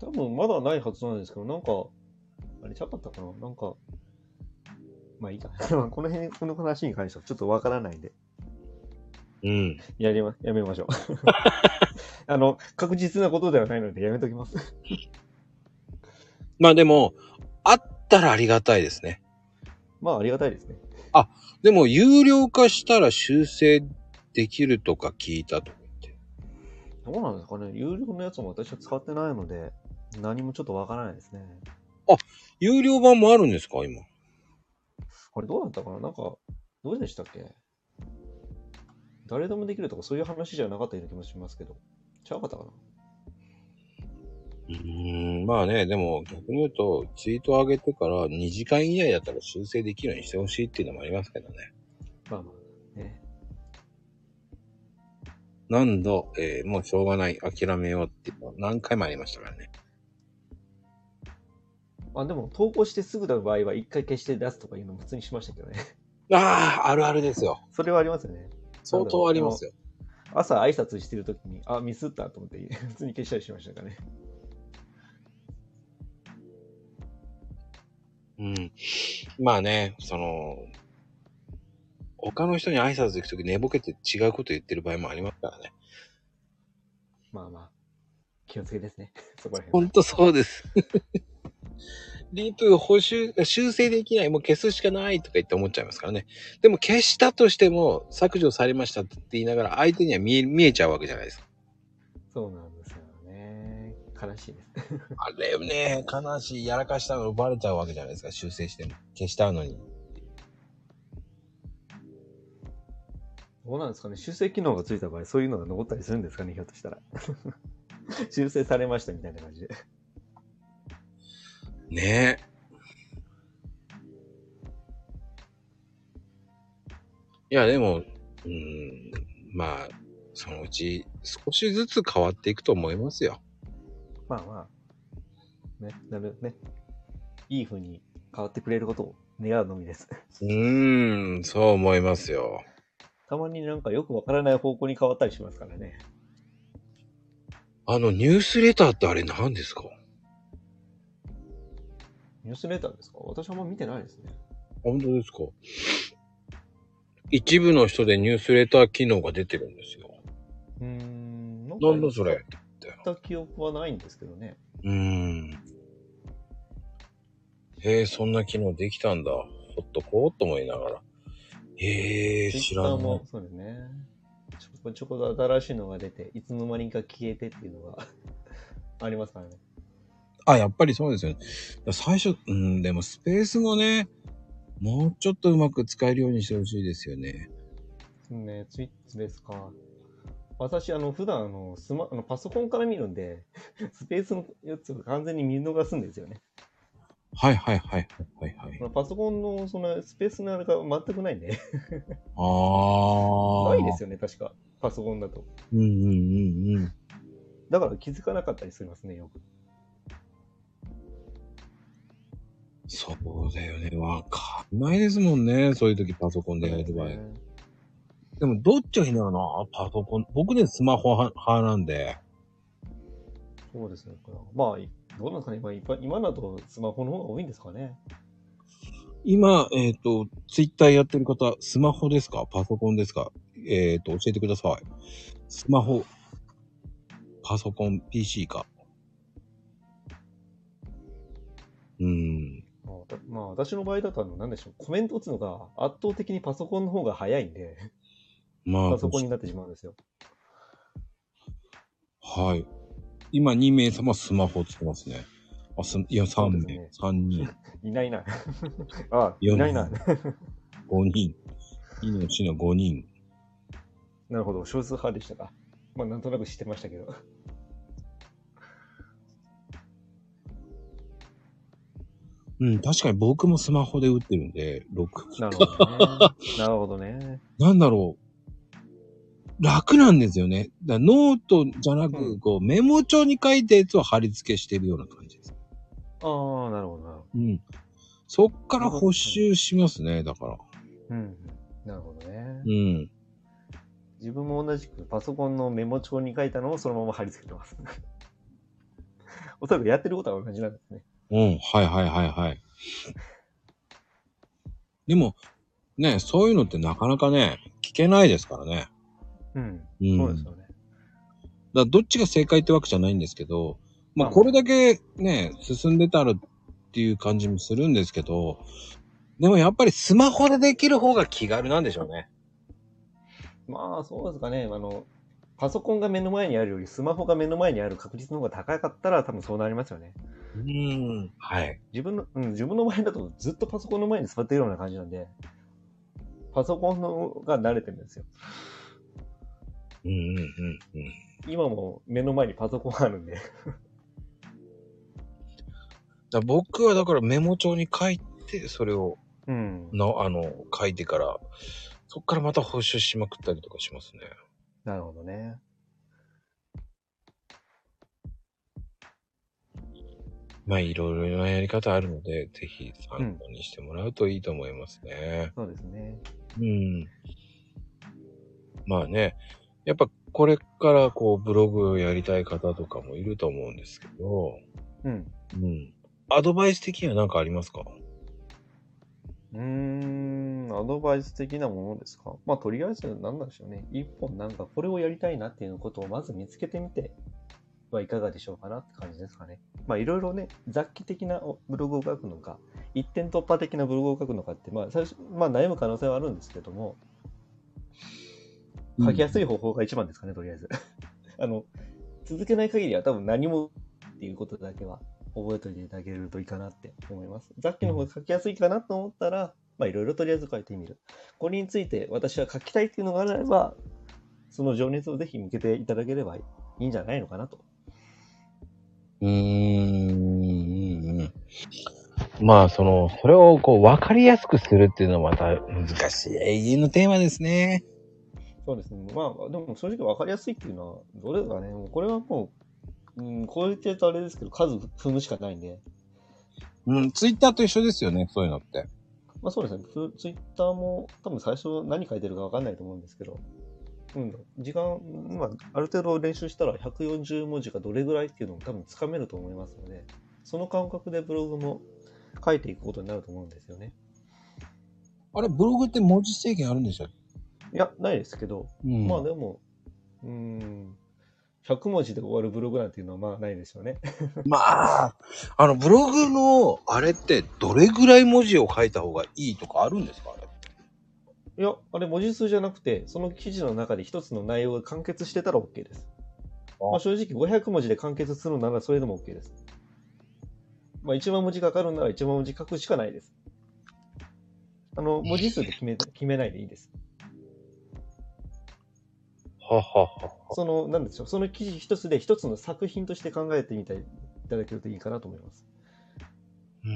多分まだないはずなんですけど、なんか、あれちゃうかったかななんか、まあいいか [LAUGHS] な。この辺、この話に関してはちょっとわからないんで。うん。やりま、やめましょう。 [LAUGHS] あの、確実なことではないので、やめときます。まあでも、あったらありがたいですね。まあ、ありがたいですね。でも、有料化したら修正できるとか聞いたと思って。どうなんですかね。有料のやつも私は使ってないので、何もちょっとわからないですね。有料版もあるんですか今。これどうだったかななんか、どうでしたっけ誰でもできるとか、そういう話じゃなかったような気もしますけど。ちゃうかったかなうーん。まあね、でも逆に言うと、ツイート上げてから2時間以内だったら修正できるようにしてほしいっていうのもありますけどね。まあまあ、ね。何度、えーもうしょうがない、諦めようっていうのは何回もありましたからね。まあでも、投稿してすぐの場合は、一回消して出すとかいうのも普通にしましたけどね。ああ、あるあるですよ。 [LAUGHS] それはありますよね。相当ありますよ。朝挨拶してるときに、あ、ミスったと思って、 [LAUGHS] 普通に消したりしましたからね。うん。まあね、その、他の人に挨拶行くとき寝ぼけて違うこと言ってる場合もありますからね。 [LAUGHS] まあまあ、気をつけですね。そこらほ辺んは。とそうです。リープ補修、修正できない、もう消すしかないとか言って思っちゃいますからね。でも消したとしても削除されましたって言いながら相手には見え、見えちゃうわけじゃないですか。そうなんですよね。悲しいです。あれね、悲しい、やらかしたのバレちゃうわけじゃないですか、修正しても。消したのに。どうなんですかね。修正機能がついた場合、そういうのが残ったりするんですかね、ひょっとしたら。 [LAUGHS] 修正されましたみたいな感じで。ねえ。いや、でも、うーん、まあ、そのうち少しずつ変わっていくと思いますよ。まあまあ、ね、なるね。いい風に変わってくれることを願うのみです。 [LAUGHS] うーん、そう思いますよ。たまになんかよくわからない方向に変わったりしますからね。あの、ニュースレターってあれ何ですかニュースレターですか私はあんま見てないですね。本当ですか一部の人でニュースレター機能が出てるんですよ。うーん、なんかなんだそれやった記憶はないんですけどね。うーん。へえ、そんな機能できたんだ。ほっとこうと思いながら。へえ、知らん Twitter なも。そうですね。ちょこちょこ新しいのが出て、いつの間にか消えてっていうのが [LAUGHS] ありますからね。あ、やっぱりそうですよね。最初、うん、でもスペースもね、もうちょっとうまく使えるようにしてほしいですよね。ね、ツイッチですか。私、あの、普段、あの、スマ、あの、パソコンから見るんで、 [LAUGHS] スペースのやつを完全に見逃すんですよね。はいはいはいはいはい。まあパソコンの、その、スペースのあれが全くないね。ああ。ないですよね、確か。パソコンだと。うんうんうんうん。だから気づかなかったりしますね、よく。そうだよね。わかんないですもんね。そういう時パソコンでやる場合。でもどっちがいいんだろうな、パソコン。僕ね、スマホ派派なんで。そうですね。まあ、いどうなんですかね。まあ、いっぱい今だとスマホの方が多いんですかね。今、えっ、と、ツイッターやってる方、スマホですかパソコンですかえっ、と、教えてください。スマホ、パソコン、PC か。うん。まあ、たまあ、私の場合だと、あの、なんでしょう。コメント打つのが圧倒的にパソコンの方が早いんで、まあ、パソコンになってしまうんですよ。はい。今、2名様スマホつけますね。あ、す、いや、3そう名、です3人、いない [LAUGHS] な。あ、四人いないな。 5人。いのうちの5人。なるほど、少数派でしたか。まあ、なんとなく知ってましたけど。うん、確かに僕もスマホで打ってるんで、6。なるほど [LAUGHS] ね。なるほどね。なんだろう。楽なんですよね。だからノートじゃなく、うんこう、メモ帳に書いたやつを貼り付けしてるような感じです。ああ、なるほど、なるほど。うん。そっから補修しますね、だから。うんうん。なるほどねう。ん。自分も同じくパソコンのメモ帳に書いたのをそのまま貼り付けてます。 [LAUGHS] おそらくやってることは同じなんですね。うん、はいはいはいはい。でも、ね、そういうのってなかなかね、聞けないですからね。うん。うん。そうですよね。だからどっちが正解ってわけじゃないんですけど、まあまあこれだけね、進んでたらっていう感じもするんですけど、でもやっぱりスマホでできる方が気軽なんでしょうね。まあ、そうですかね。あの、パソコンが目の前にあるより、スマホが目の前にある確率の方が高かったら、多分そうなりますよね。うん。はい。自分の、うん、自分の場合だとずっとパソコンの前に座っているような感じなんで、パソコンのが慣れてるんですよ。うんうんうんうん。今も目の前にパソコンあるんで。だから僕はだからメモ帳に書いて、それを、うん。の、あの、書いてから、そっからまた補修しまくったりとかしますね。なるほどね。まあいろいろなやり方あるので、ぜひ参考にしてもらうといいと思いますね。そうですね。うん。まあね、やっぱこれからこうブログをやりたい方とかもいると思うんですけど、うん。うん。アドバイス的には何かありますかうーん、アドバイス的なものですか。まあ、とりあえず何なんでしょうね。一本なんかこれをやりたいなっていうことをまず見つけてみて、はいかがでしょうかなって感じですかね。まあいろいろね、雑記的なおブログを書くのか、一点突破的なブログを書くのかって、まあ最初、まあ悩む可能性はあるんですけども、書きやすい方法が一番ですかね、とりあえず。 [LAUGHS] あの、続けない限りは多分何もっていうことだけは覚えておいていただけるといいかなって思います。雑記の方が書きやすいかなと思ったら、まあいろいろとりあえず書いてみる。これについて私は書きたいっていうのがあれば、その情熱をぜひ向けていただければいいんじゃないのかなと。うーん。うんまあ、その、それをこう、わかりやすくするっていうのはまた難しい永遠のテーマですね。そうですね。まあ、でも正直分かりやすいっていうのは、どれかね、もうこれはもう、うん、こう言ってるとあれですけど、数踏むしかないんで、うん、ツイッターと一緒ですよね、そういうのって。まあそうですね、ツツイッターも多分最初何書いてるか分かんないと思うんですけど、うん、時間、まあ、ある程度練習したら140文字がどれぐらいっていうのも多分つかめると思いますので、その感覚でブログも書いていくことになると思うんですよね。あれ、ブログって文字制限あるんでしょいや、ないですけど、うんまあでも、うん、100文字で終わるブログなんていうのはまあないですよね。まあ、あの、ブログの、あれって、どれぐらい文字を書いた方がいいとかあるんですかあれ。いや、あれ文字数じゃなくて、その記事の中で一つの内容が完結してたら OK です。あまあ、正直500文字で完結するならそれでも OK です。まあ、1万文字かかるなら1万文字書くしかないです。あの、文字数で決め決めないでいいです。ははは。その、なんでしょう、その記事一つで一つの作品として考えてみていただけるといいかなと思います。うー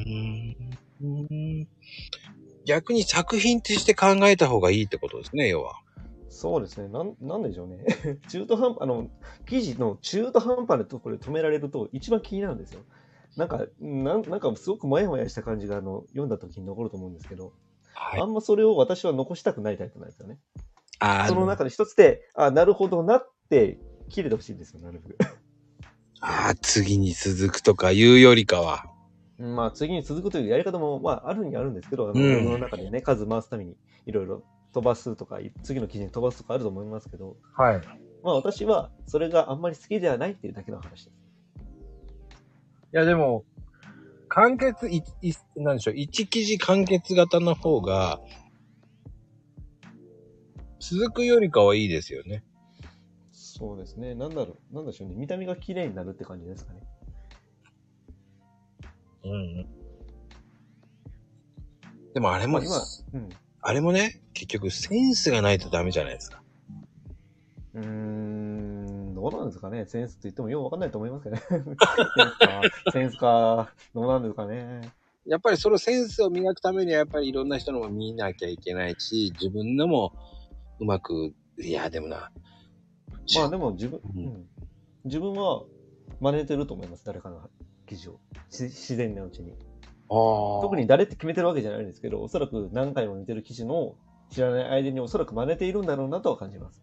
ん。逆に作品として考えた方がいいってことですね、要は。そうですね。なん、なんでしょうね。 [LAUGHS] 中途半端、あの、記事の中途半端なところで止められると一番気になるんですよ。なんか、なんなんかすごくもやもやした感じが、あの、読んだ時に残ると思うんですけど、はいあ。んまそれを私は残したくないタイプなんですよね。あそのー中で一つで、あ、なるほどなって、切れてほしいんですよ、なるべく。 [LAUGHS] あー、次に続くとか言うよりかは。まあ、次に続くというやり方も、まあ、あるにはあるんですけど、あのうん世の中でね、数回すために、いろいろ飛ばすとか、次の記事に飛ばすとかあると思いますけど、はい。まあ、私は、それがあんまり好きではないっていうだけの話です。いや、でも、完結、い、い、なんでしょう、一記事完結型の方が、続くよりかはいいですよね。そうですね。なんだろう。なんでしょうね。見た目が綺麗になるって感じですかね。うん、でもあれも、今うん。あれもね、結局センスがないとダメじゃないですか。うーん、どうなんですかね。センスって言ってもようわかんないと思いますけどね。セ [LAUGHS] ンスか。センスか。どうなんですかね。やっぱりそのセンスを磨くためには、やっぱりいろんな人のも見なきゃいけないし、自分のもうまく、いや、でもな。まあでも自分、ううんん、自分は真似てると思います。誰かの記事を。し自然なうちに。ああ。特に誰って決めてるわけじゃないんですけど、おそらく何回も見てる記事の知らない間におそらく真似ているんだろうなとは感じます。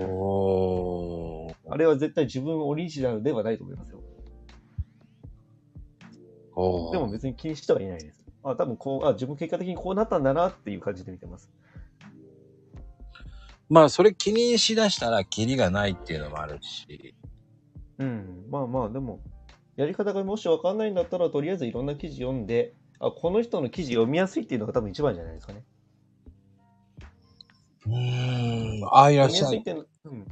おー。あれは絶対自分オリジナルではないと思いますよ。おーでも別に気にしてはいないです。あ、多分こう、あ、自分結果的にこうなったんだなっていう感じで見てます。まあ、それ気にしだしたら、キリがないっていうのもあるし。うん。まあまあ、でも、やり方がもしわかんないんだったら、とりあえずいろんな記事読んで、あ、この人の記事読みやすいっていうのが多分一番じゃないですかね。うーん。ああ、いらっ読みしやゃすいっい。ていうの、うん。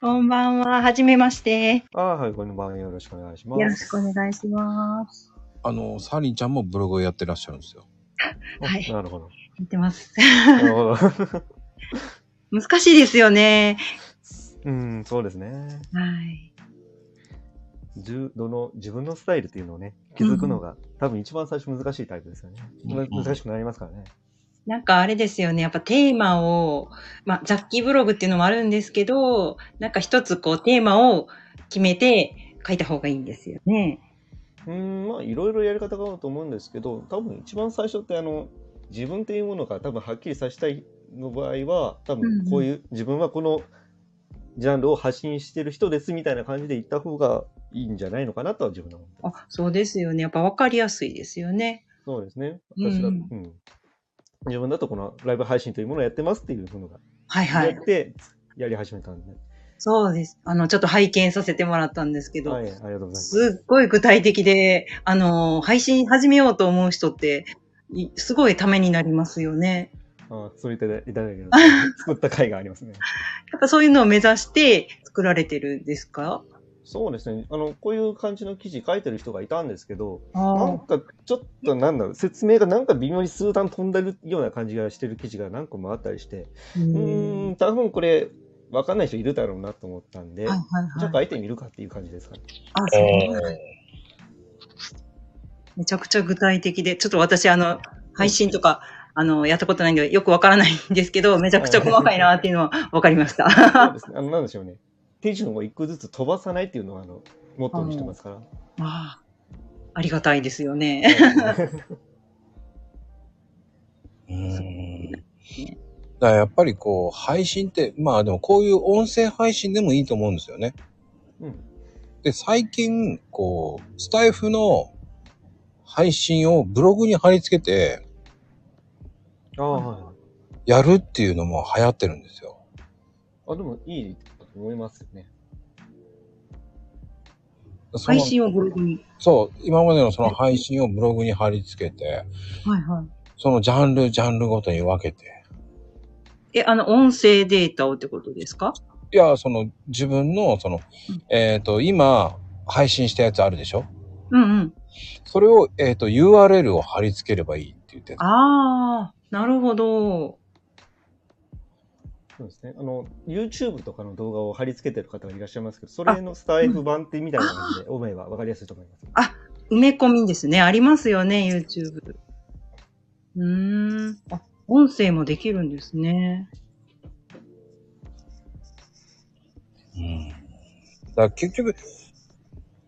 こんばんは。はじめまして。あはい、こんばんは。よろしくお願いしまよす。ろしくお願いします。あの、サリンちゃんもブログをやってらっしゃるんですよ。はいあなるほど。言ってます。なるほど。難しいですよね。うん、そうですね。はい。じゅどの自分のスタイルっていうのをね、気づくのが、多分一番最初難しいタイプですよね。うんうんむ難しくなりますからね。なんかあれですよね。やっぱテーマを、まあ、雑記ブログっていうのもあるんですけど、なんか一つこうテーマを決めて書いた方がいいんですよね。うん、まあ、いろいろやり方があると思うんですけど、多分一番最初って、あの、自分っていうものが多分はっきりさせたいの場合は、多うんう分んこういう、自分はこのジャンルを発信してる人ですみたいな感じで言った方がいいんじゃないのかなとは自分は思ってます。あ、そうですよね。やっぱわかりやすいですよね。そうですね。うん私だ、うん自分だとこのライブ配信というものをやってますっていうものがはいはやいっ。て、やり始めたんで。そうです。あの、ちょっと拝見させてもらったんですけど、はい、ありがとうございます。すっごい具体的で、あの、配信始めようと思う人って、いすごいためになりますよね。あそういただいただけるので作った回があり [LAUGHS] ますね。やっぱそういうのを目指して作られてるんですかそうですね。あの、こういう感じの記事書いてる人がいたんですけど、なあんかちょっとなんだろう、説明がなんか微妙に数段飛んでるような感じがしてる記事が何個もあったりして、ううん。ーん、多分これ、わかんない人いるだろうなと思ったんで、はいじはいゃあはい。書いてみるかっていう感じですかね。あ、えそう。めちゃくちゃ具体的で、ちょっと私、あの、配信とか、あの、やったことないんで、よくわからないんですけど、めちゃくちゃ細かいなっていうのはわかりました。そうですね。あの、なんでしょうね。手順を一個ずつ飛ばさないっていうのは、あの、モットーにしてますから。ああ、ありがたいですよね。 [LAUGHS] はうんだからやっぱりこう、配信って、まあでもこういう音声配信でもいいと思うんですよね。い [LAUGHS] うんで、最近、こう、スタイフの配信をブログに貼り付けてああ、はい。やるっていうのも流行ってるんですよ。あ、でもいいと思いますよね。その配信をブログに。そう、今までのその配信をブログに貼り付けて、はいはそのジャンル、ジャンルごとに分けて、い。え、あの、音声データをってことですかいや、その自分の、そのうん、えっ、と、今、配信したやつあるでしょうんうん。それを、えっ、と、URL を貼り付ければいいって言ってた。ああ、なるほど。そうですね。あの、YouTube とかの動画を貼り付けてる方がいらっしゃいますけど、それのスタイフ版ってみたいな感じで、思えば分かりやすいと思います。埋め込みですね。ありますよね、YouTube。うーん。あ、音声もできるんですね。うん。だから結局、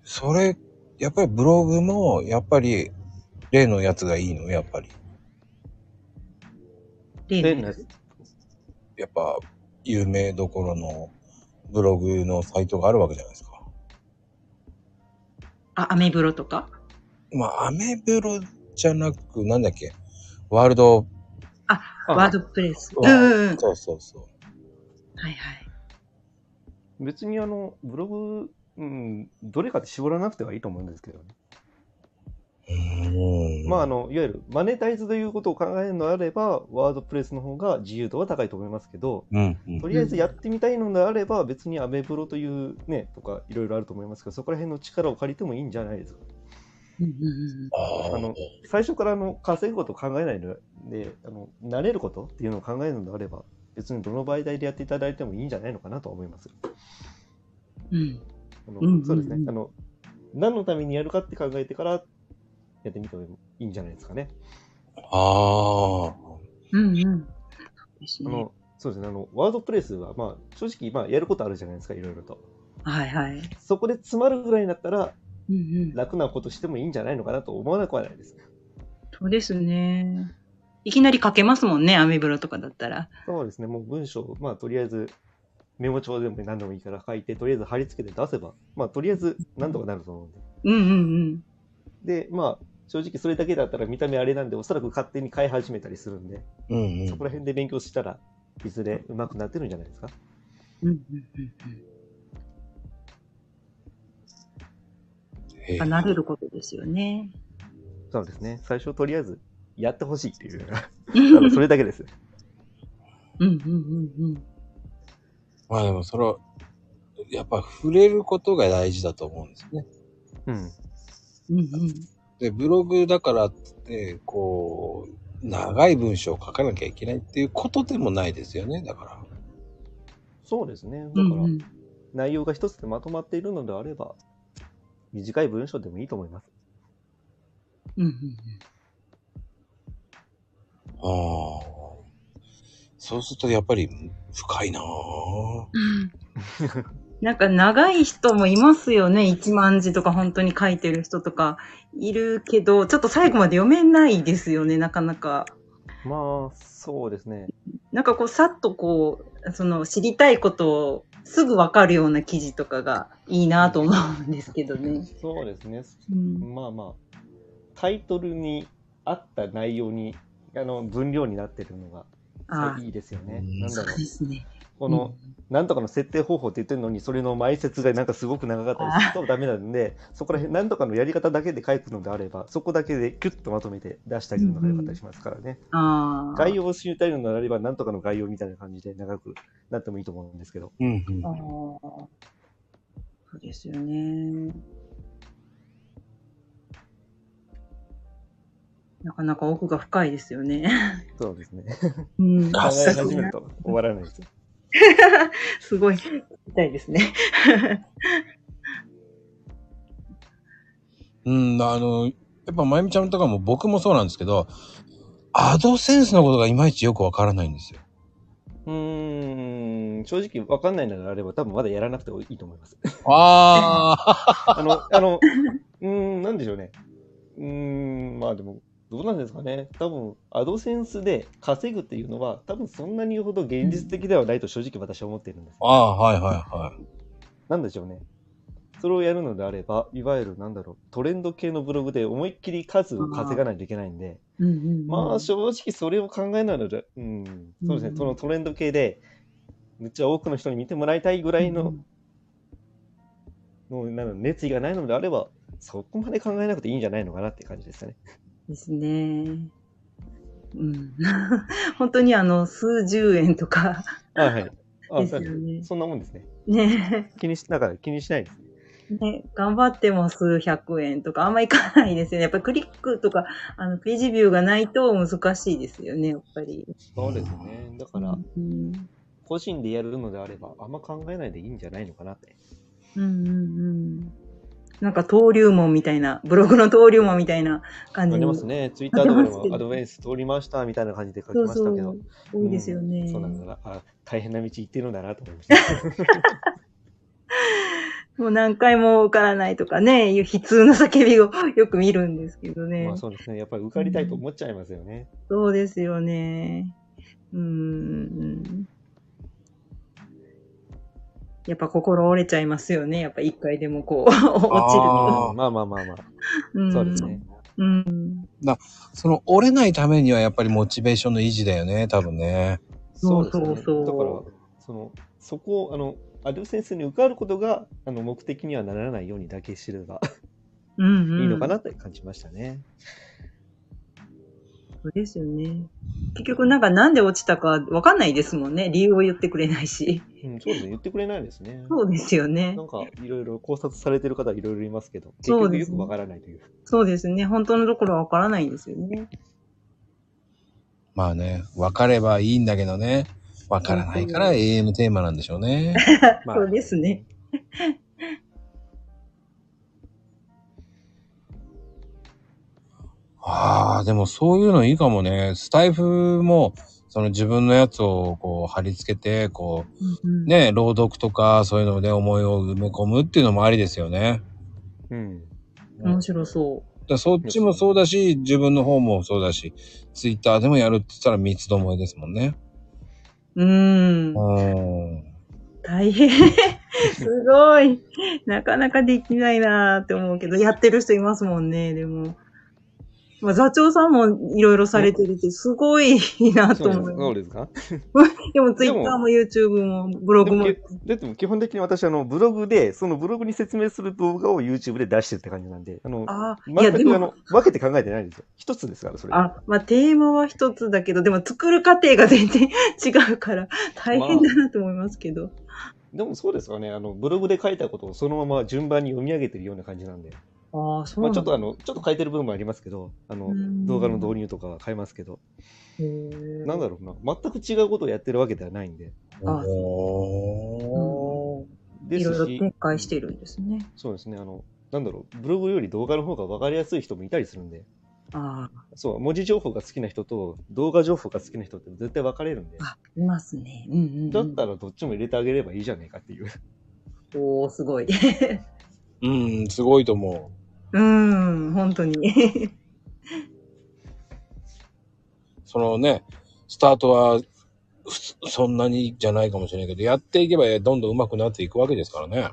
それ、やっぱりブログも、やっぱり、例のやつがいいのやっぱり。例でのなやっぱ、有名どころのブログのサイトがあるわけじゃないですか。あ、アメブロとか。まあ、アメブロじゃなく、なんだっけ、ワールド、あワードプレス。うワんーうんうん。そうそうそう。はいはい。別にあの、ブログ、うん、どれかって絞らなくてはいいと思うんですけどね。うんまあ、あの、いわゆるマネタイズということを考えるのであれば、ワードプレスの方が自由度は高いと思いますけど、うん、うんと。りあえずやってみたいのであれば、別にアメブロというね、とかいろいろあると思いますけど、そこら辺の力を借りてもいいんじゃないですか。うんうんうんあーあの最初からあの稼ぐことを考えないので、あの慣れることっていうのを考えるのであれば、別にどの媒体でやっていただいてもいいんじゃないのかなとは思います。うん。あのうんうんうんそうですねあの。何のためにやるかって考えてからやってみてもいいんじゃないですかね。あうんうん。そうですあね。のそうですねあのワードプレスは、まあ、正直、まあ、やることあるじゃないですか、いろいろと。はいはい。そこで詰まるぐらいだったら、うんうん。楽なことしてもいいんじゃないのかなと思わなくはないです。そうですね。いきなり書けますもんね、アメブロとかだったら。そうですね、もう文章を、まあ、とりあえず、メモ帳でも何でもいいから書いて、とりあえず貼り付けて出せば、まあ、とりあえず、なんとかなると思うんで。うんうんで、まあ、正直それだけだったら見た目あれなんで、おそらく勝手に買い始めたりするんで、ーうんうそん。こら辺で勉強したらいずれ上手くなってるんじゃないですか。うん。うんうんうんへうん。ーあ慣れることですよね。そうですね、最初とりあえずやってほしいっていう、うんただそれだけです。うんうんうんうん。まあでもそれは、やっぱ触れることが大事だと思うんですね。うん。うんうん。で、ブログだからって言って、こう、長い文章を書かなきゃいけないっていうことでもないですよね、だから。そうですね、だうかんらうん内容が一つでまとまっているのであれば、短い文章でもいいと思います。うんうんああ。そうするとやっぱり深いなぁ。うんなんか長い人もいますよね。1万字とか本当に書いてる人とかいるけど、ちょっと最後まで読めないですよね、なかなか。まあ、そうですね。なんかこう、さっとこう、その知りたいことをすぐわかるような記事とかがいいなと思うんですけどね。そうですね。うん、まあまあ、タイトルに合った内容に、あの、分量になってるのがああ、いいですよねうん。なんだそうろうで。すね。この、なんとかの設定方法って言ってるのに、それの前説がなんかすごく長かったりするとダメなんで、そこら辺、なんとかのやり方だけで書くのであれば、そこだけでキュッとまとめて出してあげるのが良かったりしますからね。ああ。概要を知りたいのならば、なんとかの概要みたいな感じで長くなってもいいと思うんですけど。うんうんああ。そうですよね。なかなか奥が深いですよね。そうですね。うん。考あえ始めると終わらないですよ。すごい、痛いですね。うん、あの、やっぱまゆみちゃんとかも僕もそうなんですけど、アドセンスのことがいまいちよくわからないんですよ。うーん、正直わかんないのであれば、多分まだやらなくてもいいと思います。あ [LAUGHS] あの、あの、うーん、なんでしょうね。うーん、まあでも、どうなんですかね。多分、アドセンスで稼ぐっていうのは、多分そんなに言うほど現実的ではないと正直私は思っているんですあ。。ああ、はいはいはい。なんでしょうね。それをやるのであれば、いわゆるなんだろう、トレンド系のブログで思いっきり数を稼がないといけないんで、うんうんまあ正直それを考えないので、うん、そうですうね、んそのトレンド系で、めっちゃ多くの人に見てもらいたいぐらいの、のなんだろう熱意がないのであれば、そこまで考えなくていいんじゃないのかなって感じですね。ですね。うん、 [LAUGHS] 本当にあの数十円とかあはい。あですよね。そんなもんですね。ね気にし、だから気にしないです。ね頑張っても数百円とかあんまいかないですよね。やっぱりクリックとかあのページビューがないと難しいですよね、やっぱり。そうですね。だから、うん個人でやるのであれば、あんま考えないでいいんじゃないのかなって。うんうんなんか登竜門みたいな、ブログの登竜門みたいなあ感じりのますね。ツイッターとかで [LAUGHS] ありますけどもアドベンス通りましたみたいな感じで書きそうましそたけど。う。多いですよね。うんそうなんだな。あ、大変な道行ってるんだなと思いました。もう何回も受からないとかね、いう悲痛な叫びをよく見るんですけどね。まあそうですね。やっぱり受かりたいと思っちゃいますよね。そうですよね。うーん。やっぱ心折れちゃいますよね。やっぱ一回でもこう、 [LAUGHS] 落ちると。あーまあまあまあまあ。んそうですね。。うん。その折れないためにはやっぱりモチベーションの維持だよね、多分ね。そうですねそうそうだから、その、そこを、あの、アドセンスに受かることが、あの、目的にはならないようにだけ知ればうん、うん。いいのかなって感じましたね。そうですよね。結局なんかなんで落ちたかわかんないですもんね。理由を言ってくれないし。うん、そうですね。言ってくれないですね。そうですよねな。んか、いろいろ考察されてる方いろいろいますけど、結そう局でよすねくわからないという。そうですね。本当のところはわからないんですよね。まあね、分かればいいんだけどね。分からないから AM テーマなんでしょうね。 [LAUGHS] まそうですね。ああ、でもそういうのいいかもね。スタイフも、その自分のやつをこう貼り付けて、こう、うんね、朗読とかそういうので思いを埋め込むっていうのもありですよね。うん。うん面白そだからそっちもそうだし、自分の方もそうだし、ツイッターでもやるって言ったら三つどもえですもんね。う。うんう。ーん。大変。 [LAUGHS] すごい。なかなかできないなーって思うけど、やってる人いますもんね、でも。まあ、座長さんもいろいろされてるって、すごいなとそうです思そうう。ですかでも、ツイッターも YouTube も、ブログもで。もだってもう基本的に私、あの、ブログで、そのブログに説明する動画を YouTube で出してるって感じなんで、あの、ああ、いや、全でくあも、の、分けて考えてないですよ。一つですから、それ。あ、まあ、テーマは一つだけど、でも、作る過程が全然 [LAUGHS] 違うから、大変だなと思いますけど。でもそうですかね、あの、ブログで書いたことをそのまま順番に読み上げてるような感じなんで、ああ、そうまなんあ、ちょだっとあの、ちょっと書いてる部分もありますけど、あのう、ん動画の導入とかは変えますけど、へーなんだろうな、全く違うことをやってるわけではないんで、あおーでいすろいろし展開しているんですね。そうですね、あの、なんだろう、ブログより動画の方が分かりやすい人もいたりするんで、ああ、そう、文字情報が好きな人と動画情報が好きな人って絶対分かれるんで、あ、いますね。うんうん、うん。だったらどっちも入れてあげればいいじゃないかっていう。おー、すごい。う [LAUGHS] ん、すごいと思うん、本当に。う。そのね、スタートは、ふつそんなにじゃないかもしれないけど、やっていけばどんどん上手くなっていくわけですからね。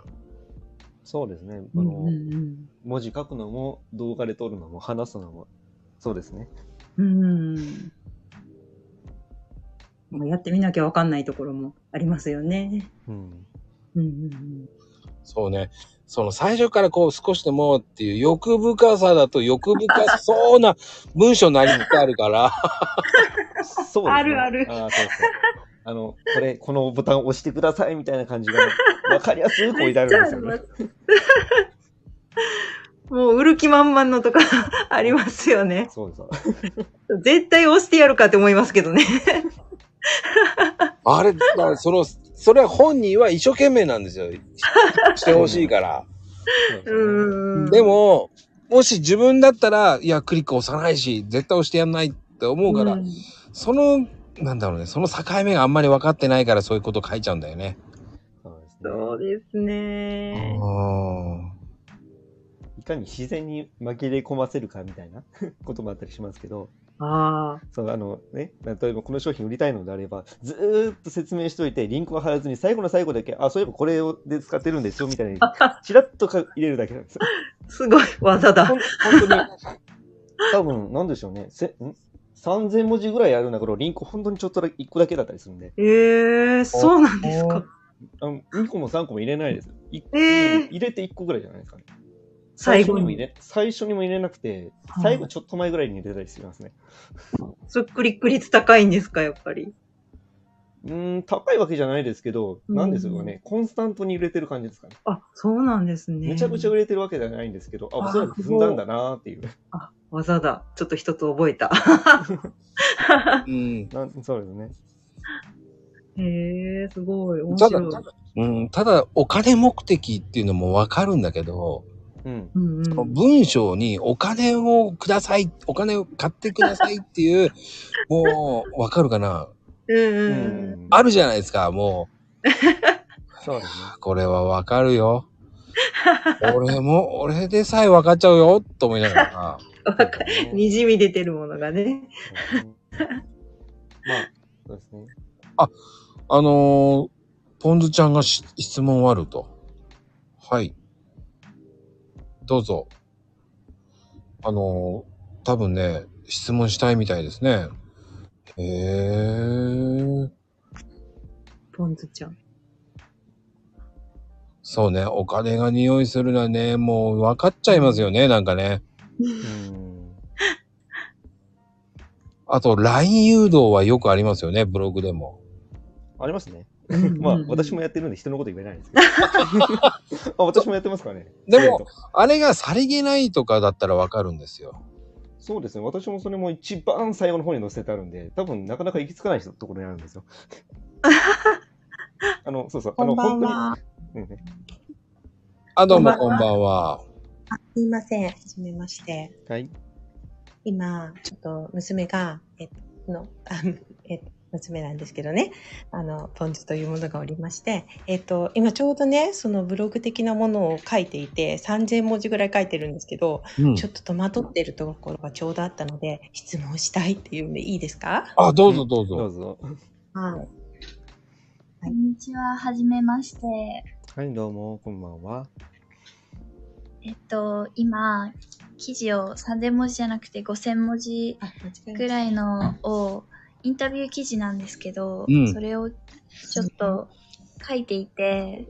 そうですね、 [LAUGHS] あうの、んうん文字書くのも動画で撮るのも話すのもそうですねうん。うん。まあやってみなきゃわかんないところもありますよね。うん。うんうんうん。そうね。その最初からこう少しでもっていう欲深さだと欲深そうな文章なりにあるから。 [LAUGHS] そうですね [LAUGHS] あるあるあーそうそうあの、これ、このボタン押してくださいみたいな感じが、わかりやすく置いてあるんですよめっねち。もう売る気満々のとかありますよね。そうです。絶対押してやるかって思いますけどね。あれ、だからその、それは本人は一生懸命なんですよ。ししてほしいから。そうですうよねんうん。で、も、もし自分だったら、いや、クリック押さないし、絶対押してやんないって思うから、んその、なんだろうね、その境目があんまり分かってないからそういうこと書いちゃうんだよね。そうですねそうですね。うん。いかに自然に紛れ込ませるかみたいな [LAUGHS] こともあったりしますけど、ああ。そのあのね、例えばこの商品売りたいのであれば、ずーっと説明しといて、リンクは貼らずに最後の最後だけ、あ、そういえばこれをで使ってるんですよみたい [LAUGHS] に、ちらっとか入れるだけなんですよ。すごい技だほ。ん本当に、多分なんでしょうね、せん3000文字ぐらいあるんだけど、リンク本当にちょっとだけ、1個だけだったりするんで、ええそうなんですか。あの2個も3個も入れないです。いえー入れて1個ぐらいじゃないですかね。最初後にも入に。れ最初にも入れなくて、最後ちょっと前ぐらいに入れたりしますね。そっくりく率高いんですか、やっぱり。うーん、高いわけじゃないですけど、うんなんですよね、コンスタントに売れてる感じですかね。あ、そうなんですね。めちゃくちゃ売れてるわけじゃないんですけど、あ、あおそらくす積ごんいだんだなーっていう。あ、技だ。ちょっと一つ覚えた。うん。なんそうですね。へえ、すごい。面た白だい。、うん、ただ、お金目的っていうのも分かるんだけど、うん。うんうん。文章にお金をください、お金を買ってくださいっていう、もう、分かるかなうんううんうん。あるじゃないですか、もそうですね。う、これは分かるよ。俺も、俺でさえ分かっちゃうよ、と思いながら。わかる。にじみ出てるものがね。うんまあ、そうですね。あのー、ポンズちゃんがし質問あると。はい。どうぞ。あのー、多分ね、質問したいみたいですね。へえ。ポンズちゃん。そうね、お金が匂いするのはね、もう分かっちゃいますよね、なんかね。うん。あと、LINE 誘導はよくありますよね、ブログでも。ありますね。ままあ、私もやってるんで人のこと言えないんです [LAUGHS] けど。あ、私もやってますからね。でもえーと、あれがさりげないとかだったら分かるんですよ。そうですね。私もそれも一番最後の方に載せてあるんで、多分なかなか行き着かない人ところにあるんです [LAUGHS] よ。あの、そうそう。あの、本当に。うんねあ、どうもここんばんは。すいません。はじめまして。はい。今、ちょっと娘が、えっとの、あのえっと、娘なんですけどね、あの、ポン酢というものがおりまして、えっと、今ちょうどね、そのブログ的なものを書いていて、3000文字ぐらい書いてるんですけど、うんちょっと戸惑ってるところがちょうどあったので、質問したいっていうんでいいですかあ、どうぞどうどうぞ。ぞ。はい。こんにちは、はじめまして。はい、どうも、こんばんは。えっと、今、記事を3000文字じゃなくて5000文字あ、間違えましたぐらいのを、インタビュー記事なんですけど、うんそれをちょっと書いていて、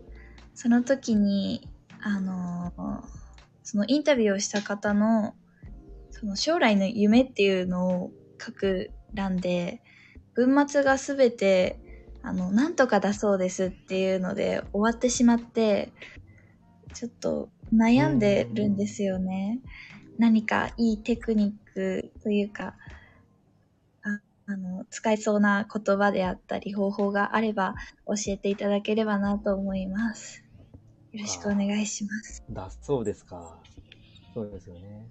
その時に、あのー、そのインタビューをした方の、その将来の夢っていうのを書く欄で、文末がすべて、あの、なんとかだそうですっていうので終わってしまって、ちょっと悩んでるんですよね。何かいいテクニックというか、ああの、使えそうな言葉であったり方法があれば教えていただければなと思います。よろしくお願いします。だそうですか。そうですよね。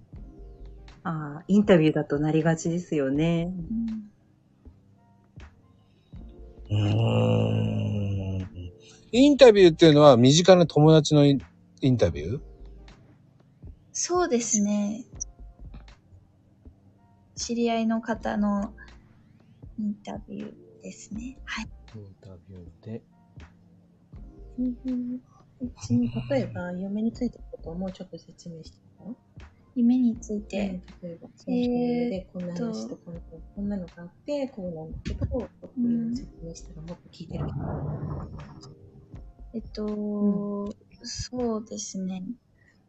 ああ、インタビューだとなりがちですよね。うんうーんインタビューっていうのは身近な友達のインインタビューそうですね。知り合いの方のインタビューですね。はい。インタビューで。うんうんうち例えば、嫁についてることをもうちょっと説明しても夢についてで、例えば、その人でこんな話とこんなこんなのがあって、こうなんだけど、こういうのを説明したらもっと聞いてる。えっと、そうですね。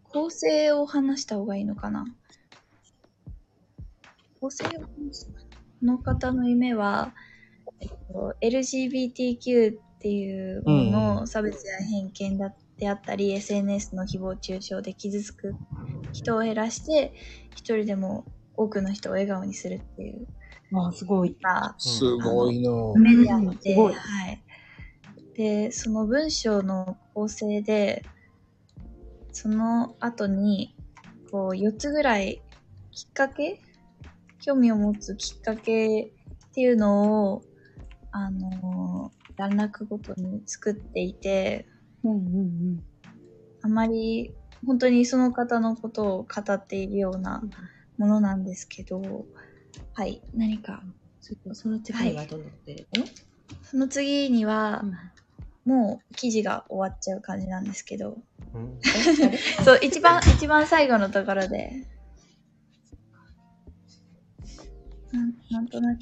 構成を話した方がいいのかな構成を話すの方の夢は、えっと、LGBTQ っていうものの差別や偏見だであったり、SNS の誹謗中傷で傷つく人を減らして、一人でも多くの人を笑顔にするっていうわあ、すごい。か、すごいの。メディアうで、んすごいはい。で、その文章の構成で、その後に、こう、4つぐらいきっかけ興味を持つきっかけっていうのを、あのー段落ごとに作っていて、うんうんあまり本当にその方のことを語っているようなものなんですけど、はい、何か。それとその次はどんなことやるのその次には、うんもう記事が終わっちゃう感じなんですけど、うんそう、一番、一番最後のところで、なんなんとなく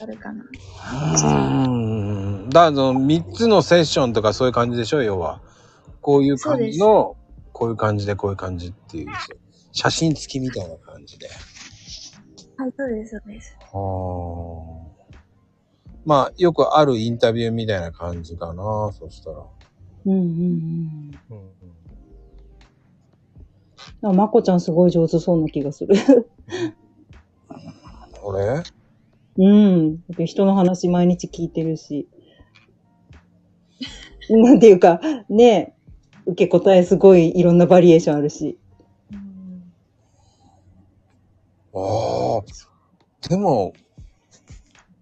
わかるかな。うん。だから、3つのセッションとかそういう感じでしょ、要は。こういう感じの、こういう感じで、こういう感じっていう。写真付きみたいな感じで。はい、そうです、そうです。はあ。まあ、よくあるインタビューみたいな感じかな、そしたら。うん。うんうんうんうんうん。あまこちゃんすごい上手そうな気がする。 [LAUGHS] 俺うん。だって人の話毎日聞いてる [LAUGHS] し。なんていうか、ねえ、受け答えすごいいろんなバリエーションあるし。うんああ。でも、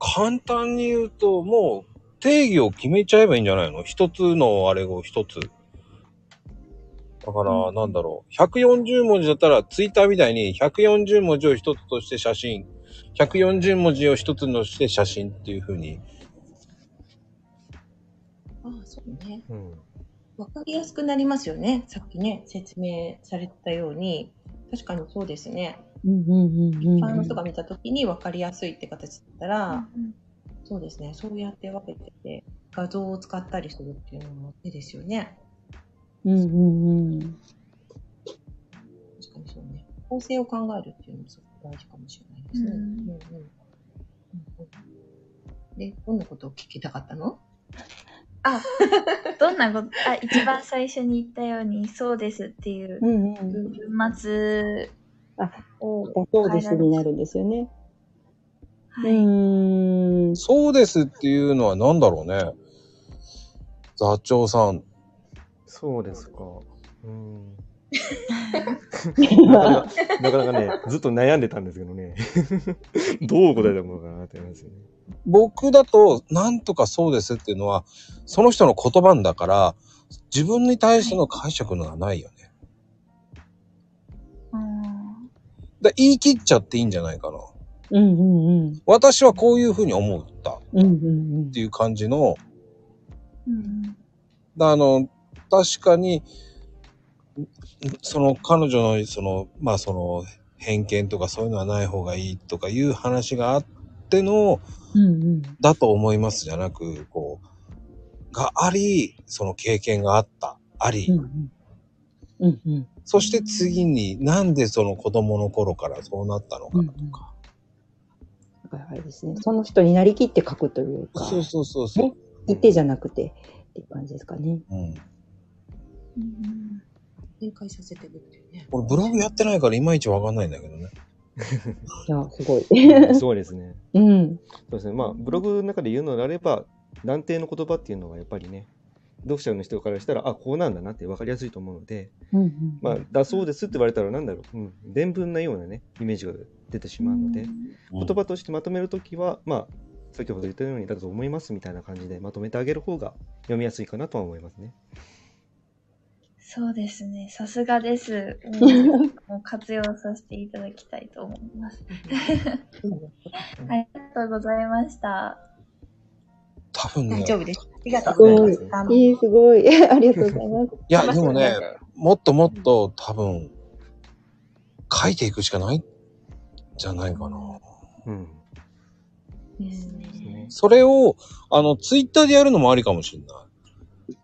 簡単に言うと、もう、定義を決めちゃえばいいんじゃないの一つのあれを一つ。だから、なんだろう。140文字だったら、ツイッターみたいに140文字を一つとして写真、140文字を一つとして写真っていう風に。ああ、そうね。うんわかりやすくなりますよね。さっきね、説明されてたように。確かにそうですね。うんうんうん一般の人が見たときにわかりやすいって形だったら、うんそうですね。そうやって分けてて、画像を使ったりするっていうのも手ですよね。うんうんうん。確かにそうね。構成を考えるっていうのもすごく大事かもしれないですね。ううんんうんうんうんで、どんなことを聞きたかったのどんなこと、 [LAUGHS] あ、一番最初に言ったように、そうですっていううんうん。文末を、そうですになるんですよね。うはい、ーん。そうですっていうのは何だろうね。座長さん。そうですか。うん。なか今なかなかなかね、ずっと悩んでたんですけど [LAUGHS] ね。どう答えたものかなって思いますよね。僕だと、なんとかそうですっていうのは、その人の言葉だから、自分に対しての解釈のがないよね。うんだから言い切っちゃっていいんじゃないかな。うんうんうん。私はこういうふうに思ったっうんうんうんて。いう感じの、うんあの、確かに、その彼女の、その、まあその、偏見とかそういうのはない方がいいとかいう話があっての、うんうん。だと思いますじゃなく、こう、があり、その経験があった、あり、うんうん。うんうん。そして次になんでその子供の頃からそうなったのかとか。だからあれですね。その人になりきって書くというか、そうそうそうそう。聞いてじゃなくてっていう感じですかね。うん。うん展開させてくっていう [LAUGHS] ね。俺ブログやってないからいまいちわかんないんだけどね。いや、すごい。そうですね。うん。そうですね。まあ、ブログの中で言うのであれば、断定の言葉っていうのはやっぱりね、読者の人からしたら、あ、こうなんだなって分かりやすいと思うので、うんうん。まあ、だそうですって言われたらなんだろう、うん、伝聞なようなね、イメージが出てしまうので、言葉としてまとめるときは、まあ、先ほど言ったように、だと思いますみたいな感じでまとめてあげる方が読みやすいかなとは思いますね。そうですね。さす [LAUGHS] がです。もうもう活用させていただきたいと思います。ありがとうございました。多分ね大。丈夫です。ありがとうすございごまいす。頑。張いい、すごい。ありがとうございます。いや、でもね、もっともっと多分、書いていくしかないんじゃないかな。うん。ですですね。ね。それを、あの、ツイッターでやるのもありかもしれない。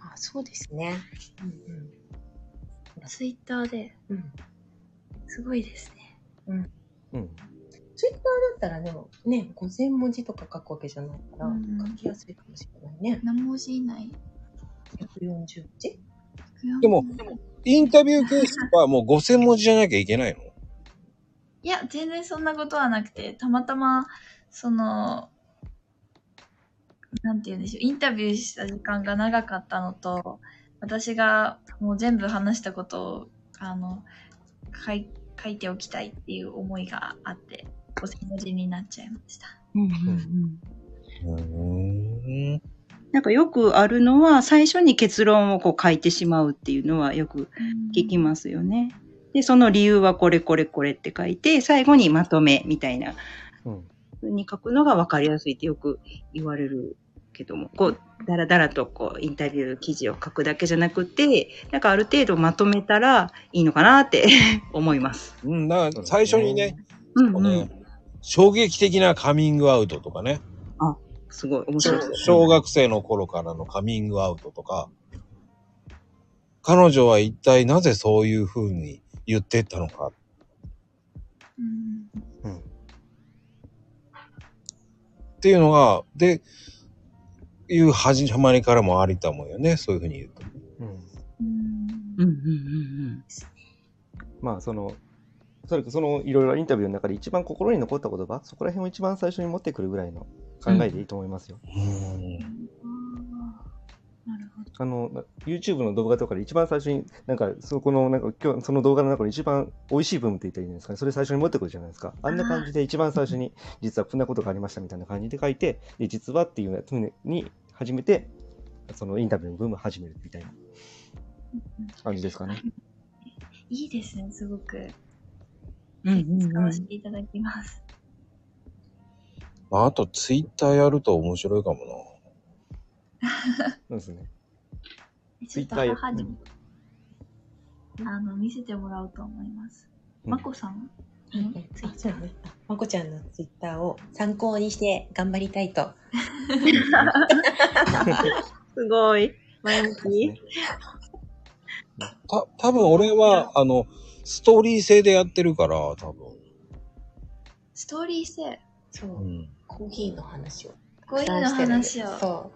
あそうですね。うんツイッターで、うん。うん。すごいですね。うん。ツイッターだったらでもね、5000文字とか書くわけじゃないから、うん書きやすいかもしれないね。何文字以内140文字でもでもインタビュー形式はもう5000文字じゃなきゃいけないのいや、全然そんなことはなくて、たまたま、その、なんて言うんでしょう、インタビューした時間が長かったのと、私がもう全部話したことを、あの、書い書いておきたいっていう思いがあって、お手文字になっちゃいました。うんうんうんうーん。なんかよくあるのは、最初に結論をこう書いてしまうっていうのはよく聞きますよね。で、その理由はこれこれこれって書いて、最後にまとめみたいなうん。風に書くのが分かりやすいってよく言われるけども、こう、だらだらとこう、インタビュー記事を書くだけじゃなくて、なんかある程度まとめたらいいのかなって [LAUGHS] 思います。うん、だから最初にね、うんこうのん。衝撃的なカミングアウトとかね、すごい面白いです小学生の頃からのカミングアウトとか、彼女は一体なぜそういう風に言ってったのか。うん。うん。っていうのが、で、いう始まりからもありと思うよね。そういうふうに言うと。うん。うんうんうんうんまあそのおそらくそのいろいろインタビューの中で一番心に残った言葉そこら辺を一番最初に持ってくるぐらいの考えでいいと思いますよ。うん。なるほど。あのな YouTube の動画とかで一番最初になんかそこのなんか今日その動画の中で一番美味しい部分って言ったらいいんですかねそれ最初に持ってくるじゃないですかあんな感じで一番最初に実はこんなことがありましたみたいな感じで書いてで実はっていうやつに始めてそのインタビューの部分を始めるみたいな感じですかね。いいですね、すごく。うんうんうん使わせていただきます。まあ、あと、ツイッターやると面白いかもそうですね。ちょっと Twitter 母に、あの、見せてもらおうと思います。うんまこさんのツイあ、ッそタうーね。あまこちゃんのツイッターを参考にして頑張りたいと。すごい。前向き。な。た、多分俺は、あの、ストーリー性でやってるから、多分。ストーリー性、そうう、ん。コーヒーの話を。こういうの話を。そ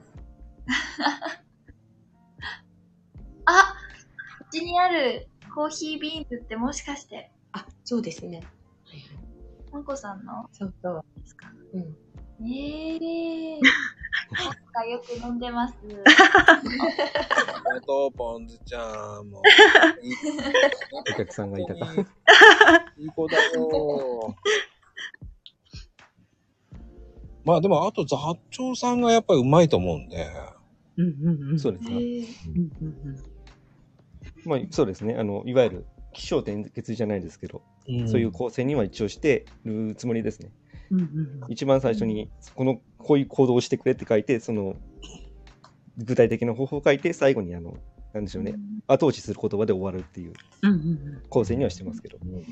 あこっちにあるコーヒービーンズってもしかして、う。あ、そうですね。まこさんのそうそう。ですかうん。ええー。僕がよく飲ん [LAUGHS] でます。ありがとう、ポンズちゃ [LAUGHS] ん。もういいお客さんがいたか。いい子だよ。まあでも、あと、座長さんがやっぱりうまいと思うんで。うんうんうん。そうですね。うんうんうんまあ、そうですねあのいわゆる起承転結じゃないですけど、んそういう構成には一応してるつもりですねうんうん一番最初にこのこういう行動をしてくれって書いてその具体的な方法を書いて最後にあのなんでしょうね後押しする言葉で終わるっていううんうんうん構成にはしてますけどうんうんうんうん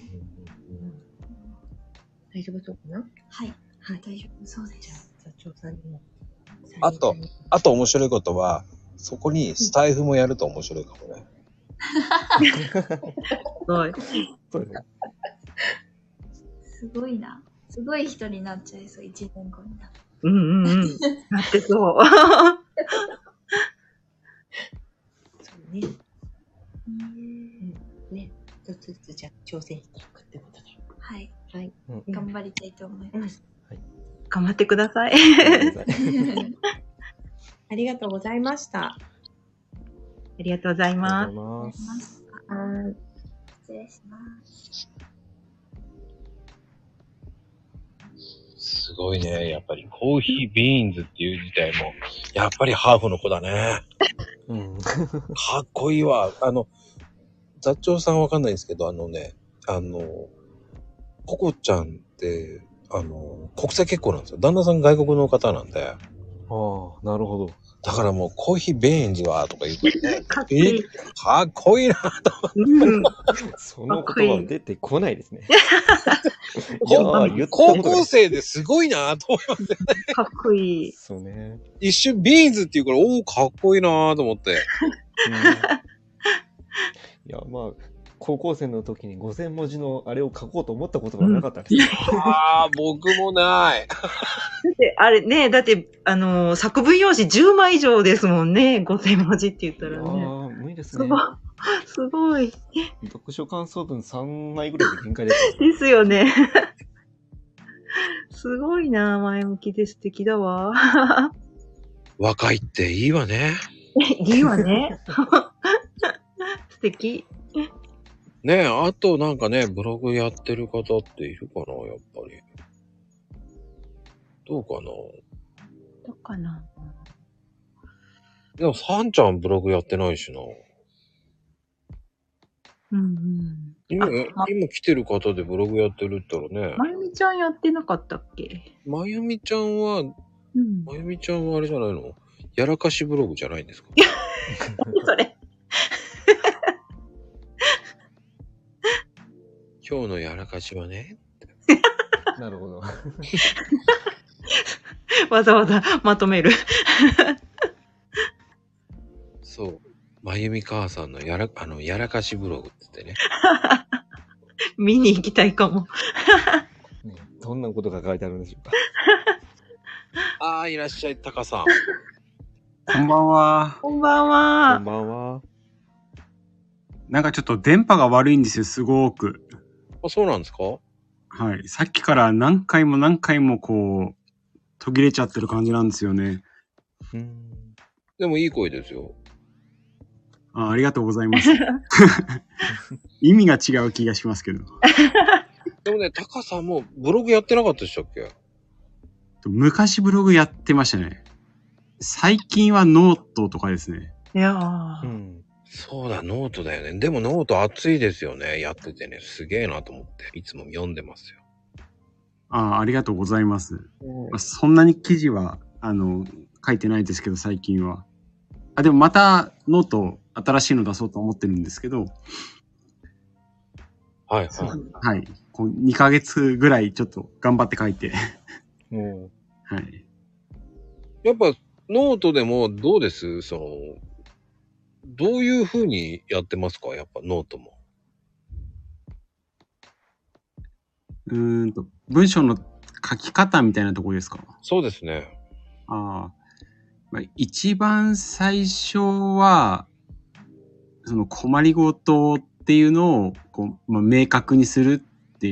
大丈夫そうかなはい、はい。大丈夫そうでじゃす。あ、座長さんにも。あとあと面白いことは、そこにスタイフもやると面白いかもね。すごい。そうですねすごいな。すごい人になっちゃいそう、1年後になって。うん [LAUGHS] うんうん。なってそう。 [LAUGHS] そうね。うんね。一つずつじゃあ挑戦していくってことで。はい、はい。うんうん頑張りたいと思います。頑張ってください。 [LAUGHS] ありがとうございました。ありがとうございあますりがとう。ございますはい。失礼します。すごいね。やっぱりコーヒービーンズっていう自体も、やっぱりハーフの子だね。うんかっこいいわ。あの、座長さんわかんないんですけど、あのね、あの、ココちゃんって、あの、国際結婚なんですよ。旦那さん外国の方なんで、ああ、なるほど。だからもうコーヒーベインズはとか言うからねかっこいい。かっこいいな。うん。そのかっこいい言葉出てこないですね。いや高ー言ったこ高とな校い。生ですごいなと思います。かっこいい。そうね。一瞬ベインズっていうから、おお、かっこいいなと思って。うんいや、まあ、高校生の時に5000文字のあれを書こうと思ったことがなかったんですよ。ああ、僕もない。だって、あれね、だって、あのー作文用紙10枚以上ですもんね。5000文字って言ったらね。ああ、無理ですすねご。い。すごい。読書感想文3枚ぐらいで限界です。ですよね。 [LAUGHS] すごいな、前向きで素敵だわ。 [LAUGHS] 若いっていいわね。いいわね。素敵。ねえ、あとなんかね、ブログやってる方っているかな、やっぱり。どうかな。どうかな。でも、さんちゃんブログやってないしな。うんうん。今、あま今来てる方でブログやってるったらね、まゆみちゃんやってなかったっけまゆみちゃんは、うん。まゆみちゃんはあれじゃないのやらかしブログじゃないんですか何それ。今日のやらかしはね、なるほど。わざわざまとめる。 [LAUGHS] そう、まゆみ母さんのやら、あの、やらかしブログって言 [LAUGHS] ってね。見に行きたいかも。 [LAUGHS] ねどんなことが書いてあるんでしょうか。ああ、いらっしゃい、タカさん。こんばんは。こんばんこんは。ばんは。なんかちょっと電波が悪いんですよ、すごく。あ、そうなんですかはい。さっきから何回も何回もこう、途切れちゃってる感じなんですよね。うん。でもいい声ですよ。あありがとうございます。 [LAUGHS] 意味が違う気がしますけど。 [LAUGHS] でもね、タカさんもブログやってなかったでしたっけ昔ブログやってましたね。最近はノートとかですね。いやうーん。そうだ、ノートだよね。でもノート熱いですよね。やっててね、すげえなと思って、いつも読んでますよ。ああ、ありがとうございます。まあそんなに記事は、あの、書いてないですけど、最近は。あ、でもまたノート新しいの出そうと思ってるんですけど、はいはい。はい。こう2ヶ月ぐらいちょっと頑張って書いて、もはい。やっぱノートでもどうですその、どういう風にやってますかやっぱノートも。うーんと、文章の書き方みたいなところですかそうですね。ああ。まあ、一番最初は、その困りごとっていうのをこう、まあ、明確にするって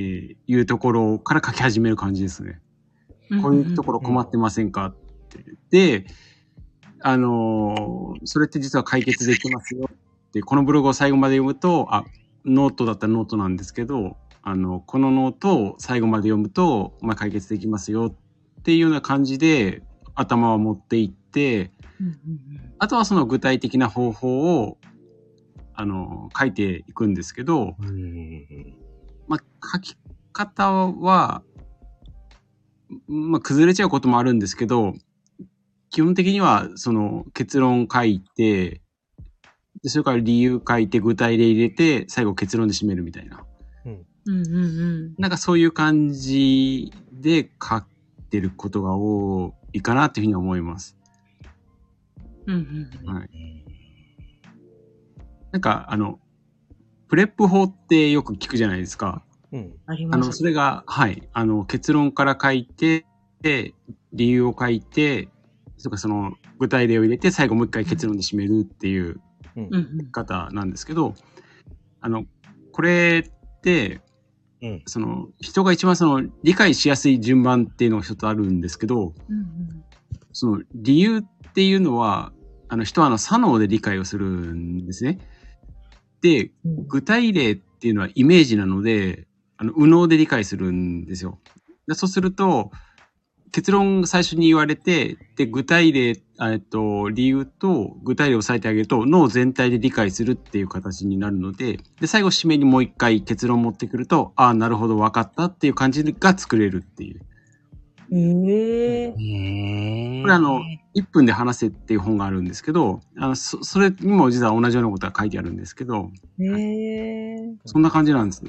いうところから書き始める感じですね。こういうところ困ってませんかって。で、あのーそれって実は解決できますよって、このブログを最後まで読むと、あ、ノートだったらノートなんですけど、あの、このノートを最後まで読むと、まあ、解決できますよっていうような感じで頭を持っていって、うんうんあとはその具体的な方法を、あの、書いていくんですけど、うん。まあ、書き方は、まあ、崩れちゃうこともあるんですけど、基本的には、その、結論書いて、でそれから理由書いて、具体例入れて、最後結論で締めるみたいな。うんうんうんなんかそういう感じで書ってることが多いかなというふうに思います。うんうんはい。なんか、あの、プレップ法ってよく聞くじゃないですか。う。うん。ありあまの、すそれが、はい、あの、結論から書いて、で理由を書いて、それからその、具体例を入れて、最後もう一回結論で締めるっていううんうんうん方なんですけど、あの、これって、うんその、人が一番その、理解しやすい順番っていうのが一つあるんですけど、 [LAUGHS] うんうんその、理由っていうのは、あの、人はあの、左脳で理解をするんですね。で、うん具体例っていうのはイメージなので、あの、右脳で理解するんですよ。でそうすると、結論が最初に言われて、で、具体例、あえっと、理由と具体例を押さえてあげると、脳全体で理解するっていう形になるので、で、最後締めにもう一回結論持ってくると、ああ、なるほど、分かったっていう感じが作れるっていう。ええんこれあの、1分で話せっていう本があるんですけど、あのそそれにも実は同じようなことが書いてあるんですけど、ええそんな感じなんです。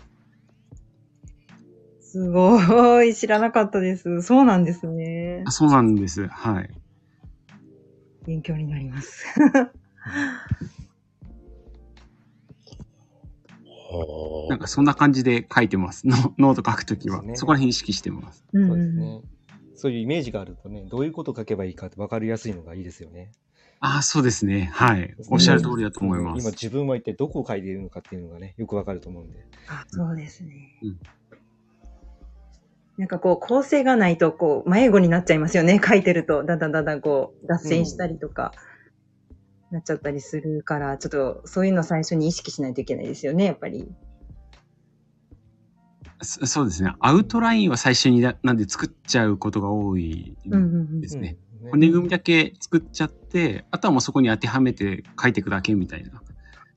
すごい。知らなかったです。そうなんですねあ。そうなんです。はい。勉強になります。ほなんかそんな感じで書いてます。ノノート書くときはで。すねそこら辺意識してます。うんそうですうね。そういうイメージがあるとね、どういうことを書けばいいかって分かりやすいのがいいですよね。ああ、そうですね。はい。おっしゃる通りだと思いま今す。自分は一体どこを書いているのかっていうのがね、よく分かると思うんで。ん。あ、そうですねうん。なんかこう、構成がないと、こう、迷子になっちゃいますよね。 [LAUGHS] 書いてると、だんだんだんだんこう、脱線したりとか、なっちゃったりするから、ちょっと、そういうの最初に意識しないといけないですよね、やっぱり。そそうですね。アウトラインは最初にななんで作っちゃうことが多いうんうんうんで。すね。うん骨組みだけ作っちゃって、あとはもうそこに当てはめて書いていくだけみたいな。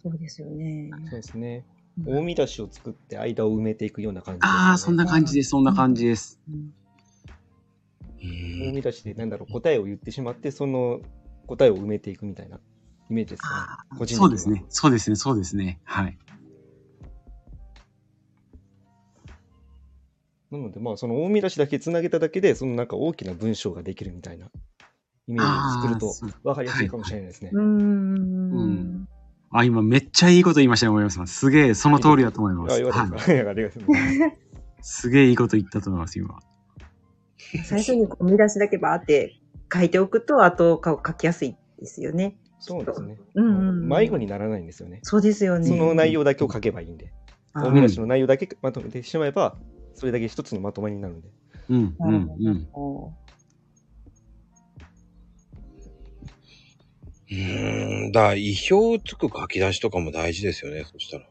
そうですよね。そうですね。うん大見出しを作って間を埋めていくような感じですね、ああ、そんな感じです。そんな感じです。う大ん見出しでなんだろう答えを言ってしまってその答えを埋めていくみたいなイメージですねあ。個人的にそはうですね。。そうですね。そうですね。はい。なのでまあその大見出しだけつなげただけでそのなんか大きな文章ができるみたいなイメージを作るあーとそう分かりやすいかもしれないですね。うーん。うんあ、今めっちゃいいこと言いましたね、森山さん。すげえ、その通りだと思いまあす。よかっはたでいす。 [LAUGHS] ありがとうございます。すげえいいこと言ったと思います、今。最初にこう見出しだけバーって書いておくと、後を書きやすいですよね。そうですね。うんうんうん迷子にならないんですよね。そうですよね。その内容だけを書けばいいんで。あ大見出しの内容だけまとめてしまえばそれだけ一つのまとまりになるんで。うん、うなるんほ、うどん。こうーん。だから、意表をつく書き出しとかも大事ですよね、そしたら。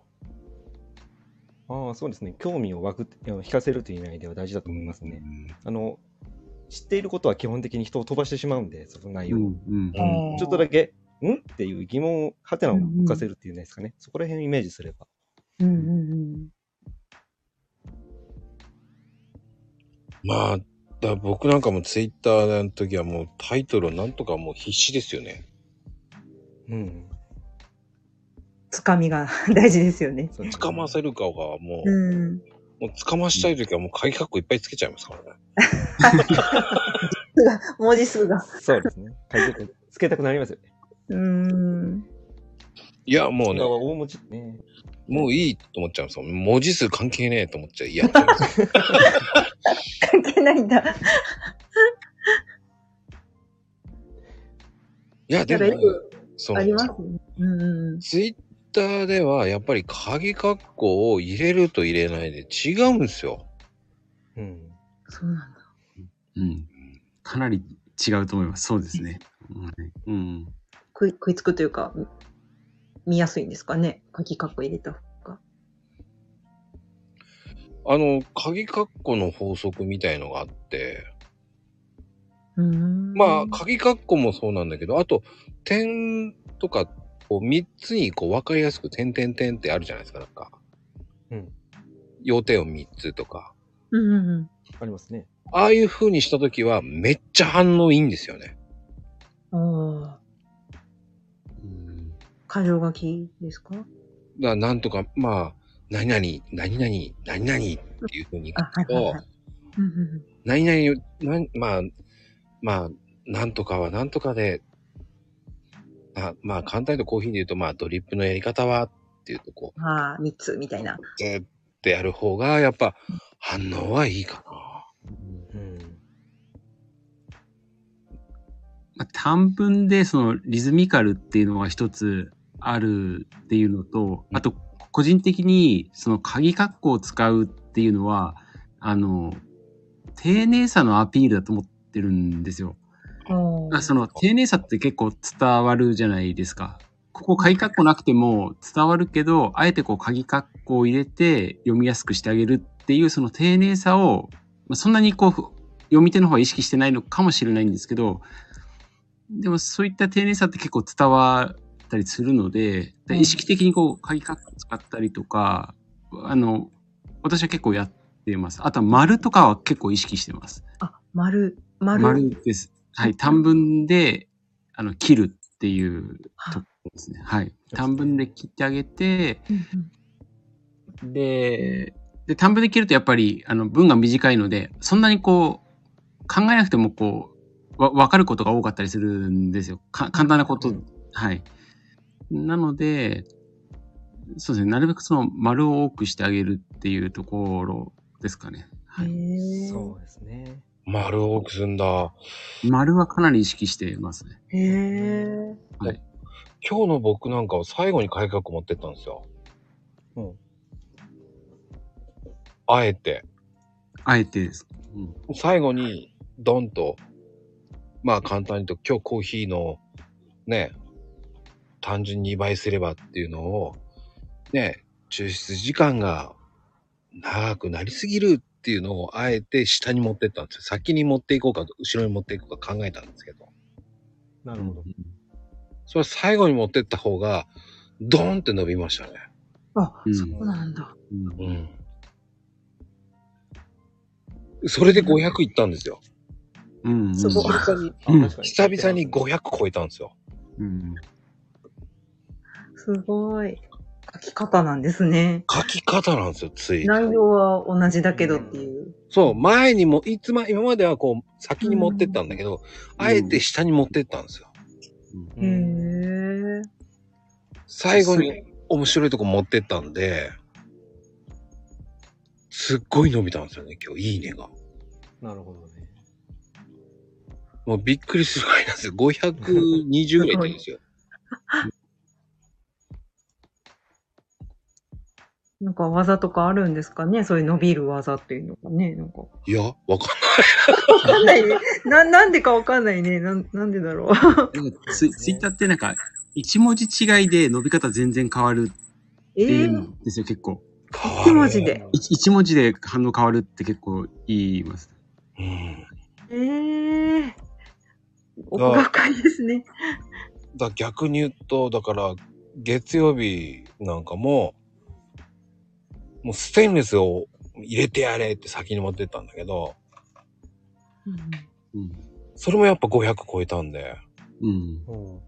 ああ、そうですね。興味を湧くって、あの引かせるという意味では大事だと思いますね。あの、知っていることは基本的に人を飛ばしてしまうんで、そのう内容を。ん、うん。うんうんちょっとだけ、んっていう疑問を、はてなを浮かせるっていうんですかね。そこら辺をイメージすれば。ううんうんうん。まあ、だから僕なんかもツイッターの時はもうタイトルをなんとかもう必死ですよね。うん。つかみが [LAUGHS] 大事ですよね。そうですね捕ませる顔がもう、うん。もう捕ましたい時はもう鍵括弧いっぱいつけちゃいますからね。文字数が。そうですね。解説つけたくなりますよね。うーん。いや、もうね今、は大文字ね。もういいと思っちゃうんですよ。文字数関係ねえと思っちゃう。いやっちゃい [LAUGHS] ますよ関係ないんだ。いや、でもね、だからよそありますの、ね。うんうん。ツイッターではやっぱり鍵括弧を入れると入れないで違うんですよ。うん。そうなんだ。うん。かなり違うと思います。そうですね。うん。うん食い食いつくというか、見やすいんですかね。書きかっこ入れた方が。あの、鍵括弧の法則みたいのがあって、うーん。まあ、鍵括弧もそうなんだけど、あと、点とか、こう、3つにこう、わかりやすく、点点点ってあるじゃないですか、なんか。うん。要点を3つとか。うんうんうん。ありますね。ああいう風にしたときは、めっちゃ反応いいんですよね。おー。うん箇条書きですかだからなんとか、まあ、何々、何々、何々っていう風にいくあ、はいはいとはい、。うんうんうん。何々を、なんまあ、まあ、なんとかはなんとかで、あまあ、簡単に言うとコーヒーで言うと、まあ、ドリップのやり方はっていうと、こう、まあ、三つみたいな。ずーっとやる方が、やっぱ反応はいいかうん。まあ短文でそのリズミカルっていうのが一つあるっていうのと、あと個人的にその鍵括弧を使うっていうのは、あの、丁寧さのアピールだと思ってるんですよ。おまあその丁寧さって結構伝わるじゃないですか。ここ鍵括弧なくても伝わるけど、あえてこう鍵括弧を入れて読みやすくしてあげるっていうその丁寧さを、まあ、そんなにこうふ読み手の方は意識してないのかもしれないんですけど、でもそういった丁寧さって結構伝わったりするので、で意識的にこう鍵括弧使ったりとか、あの、私は結構やってます。あとは丸とかは結構意識してます。あ、丸、丸。丸です。はい。短文で、あの、切るっていうところですね。はい。短文で切ってあげて、で、で、短文で切るとやっぱり、あの、文が短いので、そんなにこう、考えなくてもこう、わ、わかることが多かったりするんですよ。か、簡単なこと。はい。なので、そうですね。なるべくその丸を多くしてあげるっていうところですかね。はへい。ーそうですね。丸を大きくすんだ。丸はかなり意識してますね。へえ。はい。今日の僕なんかを最後に改革持ってったんですよ。うんあえて。あえてです。うん最後に、ドンと、まあ簡単に言うと、今日コーヒーの、ね、単純に2倍すればっていうのを、ね、抽出時間が長くなりすぎるっていうのをあえて下に持ってったんですよ。先に持っていこうか、後ろに持っていこうか考えたんですけど。なるほど。それ最後に持ってった方が、ドーンって伸びましたね。あ、うんそうなんだ。うんうん。それで500いったんですよ。うんうんすごい久々に、うんあ確かに久々に500超えたんですよ。うんすごい。書き方なんですね。書き方なんですよ、つい。内容は同じだけどっていう。そう、前にも、いつも、今まではこう、先に持ってったんだけど、うんあえて下に持ってったんですよ。うへんえ。最後に面白いとこ持ってったんで、すっごい伸びたんですよね、今日、いいねが。なるほどね。もうびっくりするぐらいなんですよ。520ぐらいいったんですよ。なんか技とかあるんですかねそういう伸びる技っていうのがね。なんか。わいや、わかんない。かんないね。な、なんでかわかんないね。なん、なんでだろう。なんかツイツイッターってなんか、一文字違いで伸び方全然変わるえっていえう。んですよ、結構。一文字で。一一文字で反応変わるって結構言います。うん。ええ奥が深いですね。だ逆に言うとだから月曜日なんかももうステンレスを入れてやれって先に持ってったんだけどうん。それもやっぱ500超えたんでうん。うん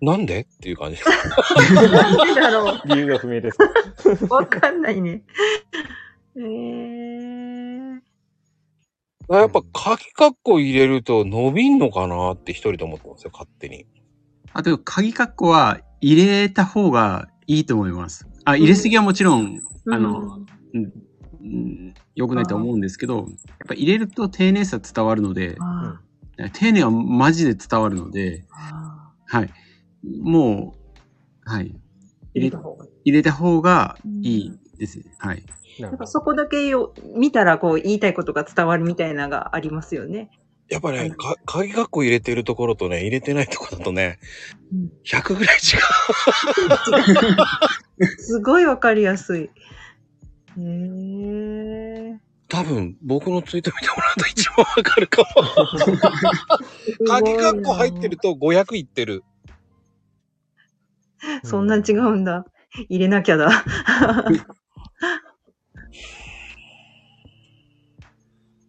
なんでっていう感じ [LAUGHS] なんでだろ理由が不明 [LAUGHS] です。なう。わかんないね。ええやっぱ書き括弧入れると伸びんのかなって一人で思ってますよ勝手にあと、鍵括弧は入れた方がいいと思います。あ、入れすぎはもちろん、あの、うんうん良くないとは思うんですけど、やっぱ入れると丁寧さ伝わるので、あ丁寧はマジで伝わるので、あああはい。もう、はい。入れ入たれ方がいい。入れた方がいいですね。はい。なんるほかどそこだけを見たらこう言いたいことが伝わるみたいなのがありますよ [LAUGHS] ね。やっぱはねいか鍵括弧入れてるところとね入れてないところだとねうん100ぐらい違うすごいわかりやすい。へえ多分僕のツイート見てもらうと一番わかるかも鍵括弧入ってる。と500いってるそんな違うんだ。入れなきゃだ。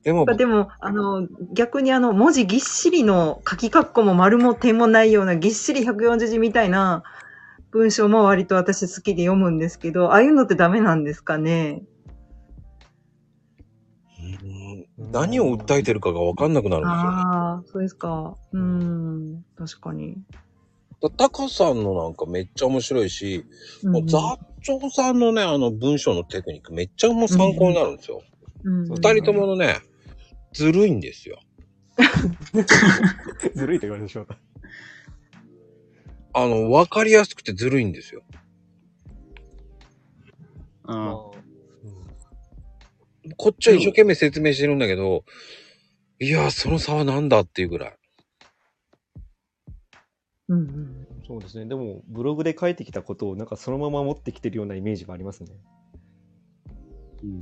でもでも、あの、逆にあの、文字ぎっしりの書き括弧も丸も点もないようなぎっしり140字みたいな文章も割と私好きで読むんですけど、ああいうのってダメなんですかねうん何を訴えてるかが分かんなくなるんですよね。ああ、そうですか。うん、確かに。だタカさんのなんかめっちゃ面白いし、うんもうザッチョウさんのね、あの文章のテクニックめっちゃもう参考になるんですよ。うん二、人とものね、ずるいんですよ。 [LAUGHS] ずるいと言われてしまった。あの、分かりやすくてずるいんですよ。あこっちは一生懸命説明してるんだけど、いやー、その差はなんだっていうぐらい。うんうんそうですね。でも、ブログで書いてきたことを、なんかそのまま持ってきてるようなイメージもありますね。うん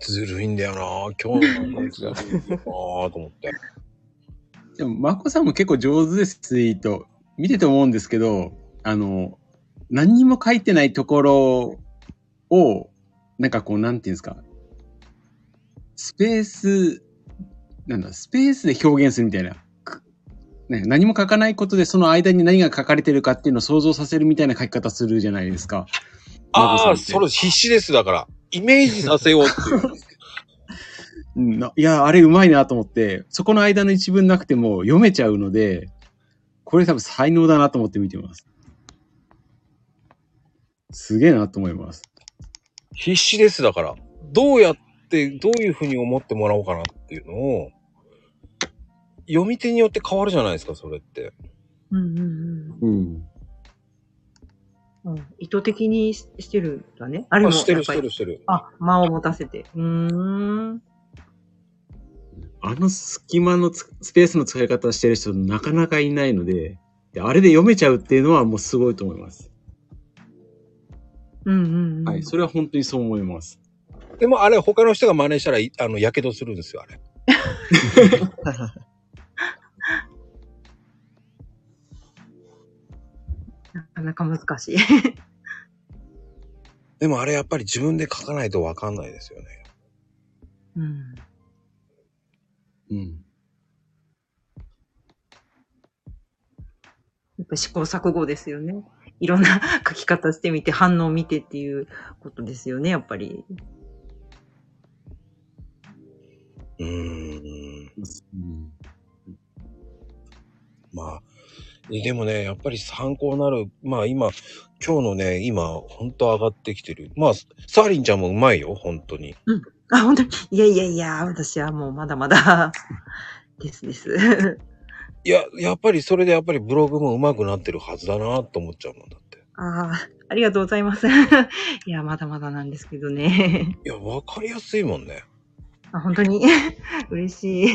ずるいんだよなー今日のなんかず [LAUGHS] るいなーと思って。でも、マコさんも結構上手です、ツイート。見てて思うんですけど、あの、何にも書いてないところを、なんかこう、なんていうんですか、スペース、なんだ、スペースで表現するみたいな。くね、何も書かないことで、その間に何が書かれてるかっていうのを想像させるみたいな書き方するじゃないですか。あマコさんっあ、てそれ必死です。だから、イメージさせようっていう。うんないや、あれうまいなと思って、そこの間の一文なくても読めちゃうので、これ多分才能だなと思って見てます。すげえなと思います。必死です。だから、どうやって、どういうふうに思ってもらおうかなっていうのを、読み手によって変わるじゃないですか、それって。うんうんうん。うん。うん、意図的にししてるんだね。あれあ、もしてやる、っしぱてる、り。してる。あ、間を持たせて。うーん。あの隙間のつスペースの使い方してる人なかなかいないのでで、あれで読めちゃうっていうのはもうすごいと思います。うんうん、うん。はい、それは本当にそう思います。でもあれ、他の人が真似したらい、あの、やけどするんですよ、あれ。なかなか難しい。 [LAUGHS] でもあれ、やっぱり自分で書かないとわかんないですよね。うん。うん。やっぱ試行錯誤ですよね。いろんな書き方してみて、反応を見てっていうことですよね、やっぱり。うーん。うんまあ。でもね、やっぱり参考になる。まあ今、今日のね、今、ほんと上がってきてる。まあ、サーリンちゃんもうまいよ、本当に。あ、本当に。いやいやいや、私はもうまだまだ [LAUGHS] ですです。いや、やっぱりそれでやっぱりブログも上手くなってるはずだなと思っちゃうもんだって。ああ、ありがとうございます。い [LAUGHS] や、まだまだなんですけどね。 [LAUGHS] いや、わかりやすいもんね。あ本当に [LAUGHS] 嬉しい。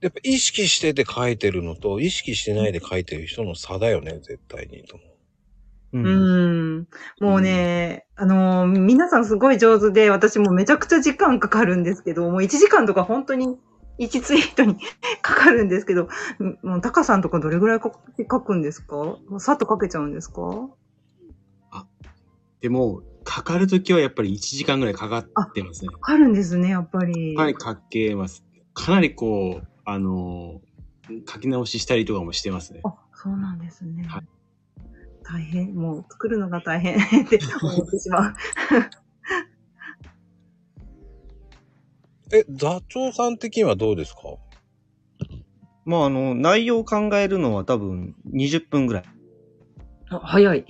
やっぱ意識してて書いてるのと、意識してないで書いてる人の差だよね、絶対にと思う。う。うんん。もうね、あのー、皆さんすごい上手で、私もめちゃくちゃ時間かかるんですけど、もう1時間とか本当に、1ツイートに [LAUGHS] かかるんですけど、うんもうタカさんとかどれぐらいか書くんですかもうさっと書けちゃうんですかでも、かかるときはやっぱり1時間ぐらいかかってますね。かかるんですね、やっぱり。はい、かけます。かなりこう、あのー書き直ししたりとかもしてますね。あ、そうなんですね。はい大変。もう作るのが大変って思ってしまう。え、座長さん的にはどうですかまあ、あの、内容を考えるのは多分20分ぐらい。あ [LAUGHS] 早い。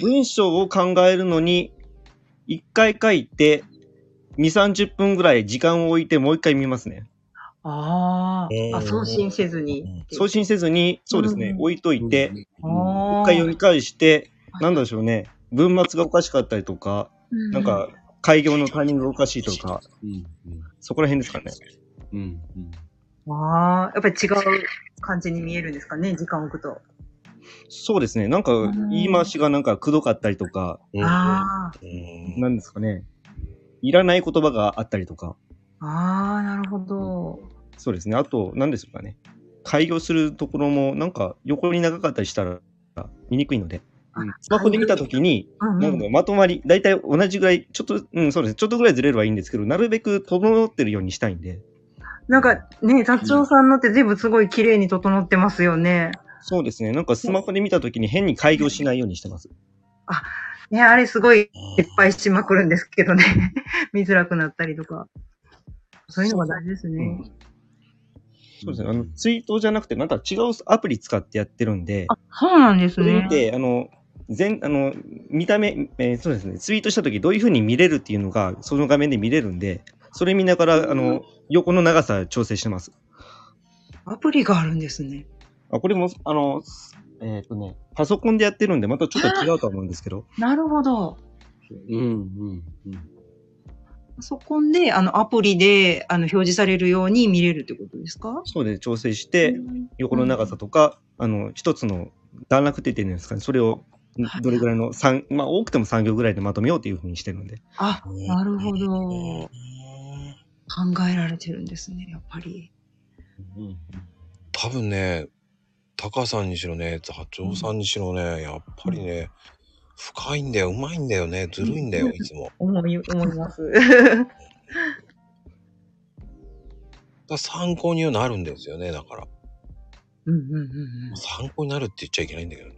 文章を考えるのに、1回書いて、2、30分ぐらい時間を置いてもう1回見ますね。あえーーあ、送信せずに。送信せずに、そうですね、うん置いといて、うん一あ回読み返して、はいなんでしょうね、文末がおかしかったりとか、うんなんか、開業のタイミングがおかしいとか、うん。そこら辺ですかね。うん。うん。うんあ。ああ、やっぱり違う感じに見えるんですかね、時間を置くと。そうですね、なんか、ん言い回しがなんか、くどかったりとか、うんああ、うんなんですかね、いらない言葉があったりとか、ああ、なるほど。そうですね、あと、なんですかね、開業するところも、なんか、横に長かったりしたら、見にくいので、うんスマホで見たときに、うんなうんん。かまとまり、大体同じぐらい、ちょっと、うん、そうですね、ちょっとぐらいずれればいいんですけど、なるべく整ってるようにしたいんで、なんかね、座長さんのって全部すごい綺麗に整ってますよね。そうですね、なんかスマホで見たときに変に開業しないようにしてます。ね、あれすごい失敗しまくるんですけどね。 [LAUGHS] 見づらくなったりとか。そういうのが大事ですうねん。そうですね、あの、ツイートじゃなくて、また違うアプリ使ってやってるんで、そうなんですそれ見ね。て、あの、全、あの、見た目、えーそうですね、ツイートしたときどういうふうに見れるっていうのが、その画面で見れるんで、それ見ながら、あの、横の長さ調整してます。アプリがあるんですね。あ、これも、あの、えっ、とね、パソコンでやってるんで、またちょっと違うとは思うんですけ [LAUGHS] ど、なるほど。うん。うん。パソコンで、あの、アプリで、あの、表示されるように見れるってことですかそうで調整して、横の長さとか、あの、一つの段落って言ってるんですかね、それを、んどれぐらいの三まあ多くても3行ぐらいでまとめようというふうにしてるんで。あ、なるほど。うん考えられてるんですね、やっぱり。うん。多分ね、タカさんにしろね、座長さんにしろね、やっぱりね、深いんだよ、うまいんだよね、ずるいんだよ、いつも。思い、思います。だから参考にはなるんですよね、だから。うんうんうんうん。参考になるって言っちゃいけないんだけど [LAUGHS] ね。